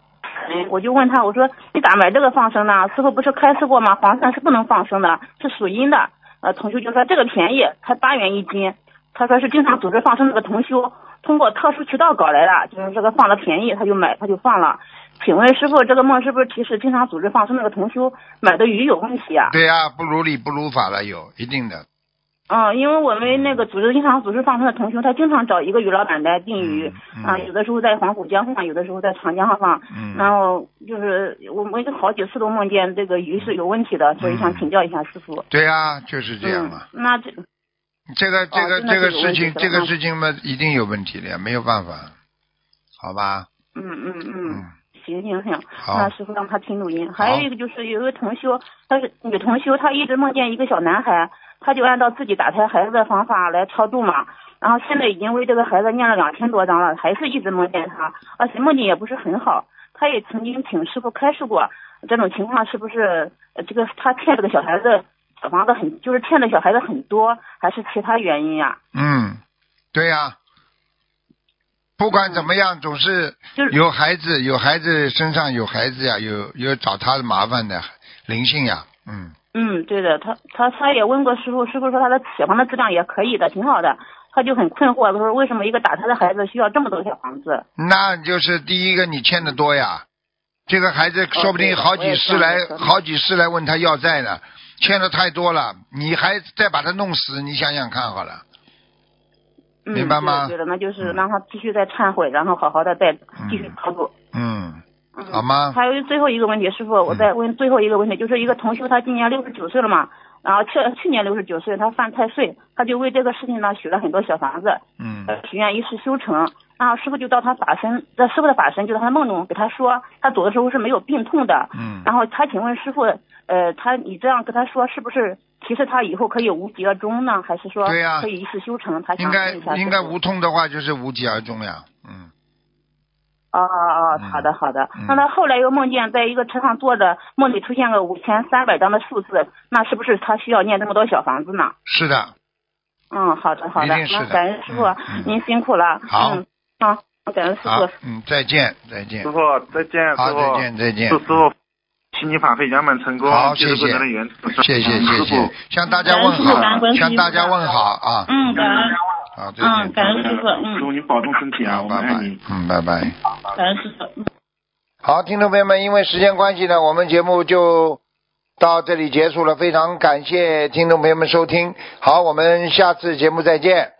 S10: 嗯我就问他，我说你咋买这个放生呢？师傅不是开示过吗？黄鳝是不能放生的，是属阴的。呃，同修就说这个便宜，才八元一斤。他说是经常组织放生那个同修，通过特殊渠道搞来的，就是这个放的便宜，他就买，他就放了。请问师傅，这个梦是不是提示经常组织放生那个同修买的鱼有问题啊？
S2: 对呀、不如理不如法了，有一定的，
S10: 嗯，因为我们那个组织经常组织放生的同修，他经常找一个鱼老板来定鱼，
S2: 嗯
S10: 啊，有的时候在黄浦江放，有的时候在长江上放，然
S2: 嗯，
S10: 后就是我们好几次都梦见这个鱼是有问题的，所以想请教一下师傅。
S2: 对呀、嗯就是这样嘛。
S10: 嗯，那这
S2: 这个这个、
S10: 哦那
S2: 这个
S10: 就有
S2: 事
S10: 问题
S2: 情，
S10: 了
S2: 这个
S10: 嗯
S2: 事情嘛，一定有问题的呀，没有办法，好吧？
S10: 嗯嗯嗯
S2: 嗯，
S10: 行行行，
S2: 好
S10: 那，师傅让他听录音。
S2: 好
S10: 还有一个就是有一位同修，她是女同修，她一直梦见一个小男孩，她就按照自己打胎孩子的方法来超度嘛。然后现在已经为这个孩子念了两千多章了，还是一直梦见他，而且梦境也不是很好。她也曾经请师傅开示过，这种情况是不是呃这个她欠这个小孩子小房子很，就是欠的小孩子很多，还是其他原因啊呀、
S2: 嗯，对呀、不管怎么样，总是
S10: 就是
S2: 有孩子，有孩子身上有孩子呀，有有找他的麻烦的灵性呀，嗯，
S10: 嗯，对的，他他他也问过师傅，师傅说他的小房的质量也可以的，挺好的。他就很困惑，他说为什么一个打胎的孩子需要这么多小房子？
S2: 那就是第一个你欠的多呀，这个孩子说不定
S10: 哦对
S2: 好
S10: 我也
S2: 几
S10: 这
S2: 世
S10: 样
S2: 来
S10: 觉得
S2: 好几世来问他要债呢，欠的太多了，你还再把他弄死，你想想看好了，
S10: 嗯、
S2: 明白吗
S10: 对的，对的那就是
S2: 嗯
S10: 让他继续再忏悔，然后好好的再继续操作。
S2: 嗯，
S10: 嗯
S2: 好吗？嗯
S10: 还有最后一个问题，师傅，我再问最后一个问题，就是一个同修，他今年六十九岁了嘛，然后去去年六十九岁，他犯太岁，他就为这个事情呢许了很多小房子，
S2: 嗯
S10: 许愿一世修成。然后师傅就到他法身，在师傅的法身就在他梦中给他说，他走的时候是没有病痛的，
S2: 嗯，
S10: 然后他请问师傅，呃，他你这样跟他说，是不是提示他以后可以无疾而终呢？还是说
S2: 对呀
S10: 可以一世修成？他
S2: 应
S10: 想
S2: 该
S10: 问一下师傅
S2: 应该无痛的话就是无疾而终呀，嗯，
S10: 哦哦哦，
S2: 嗯
S10: 好的好的
S2: 嗯。
S10: 那他后来又梦见在一个车上坐着，梦里出现个五千三百张的数字，那是不是他需要念这么多小房子呢？
S2: 是的，
S10: 嗯，好的好
S2: 一
S10: 的
S2: 定，是
S10: 那
S2: 的
S10: 感恩师傅
S2: 嗯嗯，
S10: 您辛苦了。
S2: 好
S10: 嗯，好，感恩师
S2: 好
S10: 傅。，
S2: 嗯，再见再见
S9: 师，傅再见，师
S2: 好，
S9: 傅
S2: 再见再见
S9: 祝，师傅悉尼法会圆满成功，
S2: 好
S9: 弟子
S2: 谢谢
S9: 不能圆
S2: 谢谢谢
S9: 师傅
S2: 谢，向大家
S10: 感恩
S2: 问
S10: 师傅感恩
S2: 好，
S10: 观世
S2: 向
S10: 音
S2: 大家
S10: 菩萨
S2: 问好啊，
S10: 嗯，感恩，
S2: 好，再
S10: 嗯，
S2: 见，
S10: 感恩师傅，
S9: 师
S10: 嗯，
S9: 傅您保重身体啊，
S2: 好，
S9: 我们
S2: 拜
S9: 爱
S2: 拜
S9: 你。，
S2: 嗯，拜拜。
S10: 感恩师傅。嗯
S2: 好，听众朋友们，因为时间关系呢，我们节目就到这里结束了。非常感谢听众朋友们收听，好，我们下次节目再见。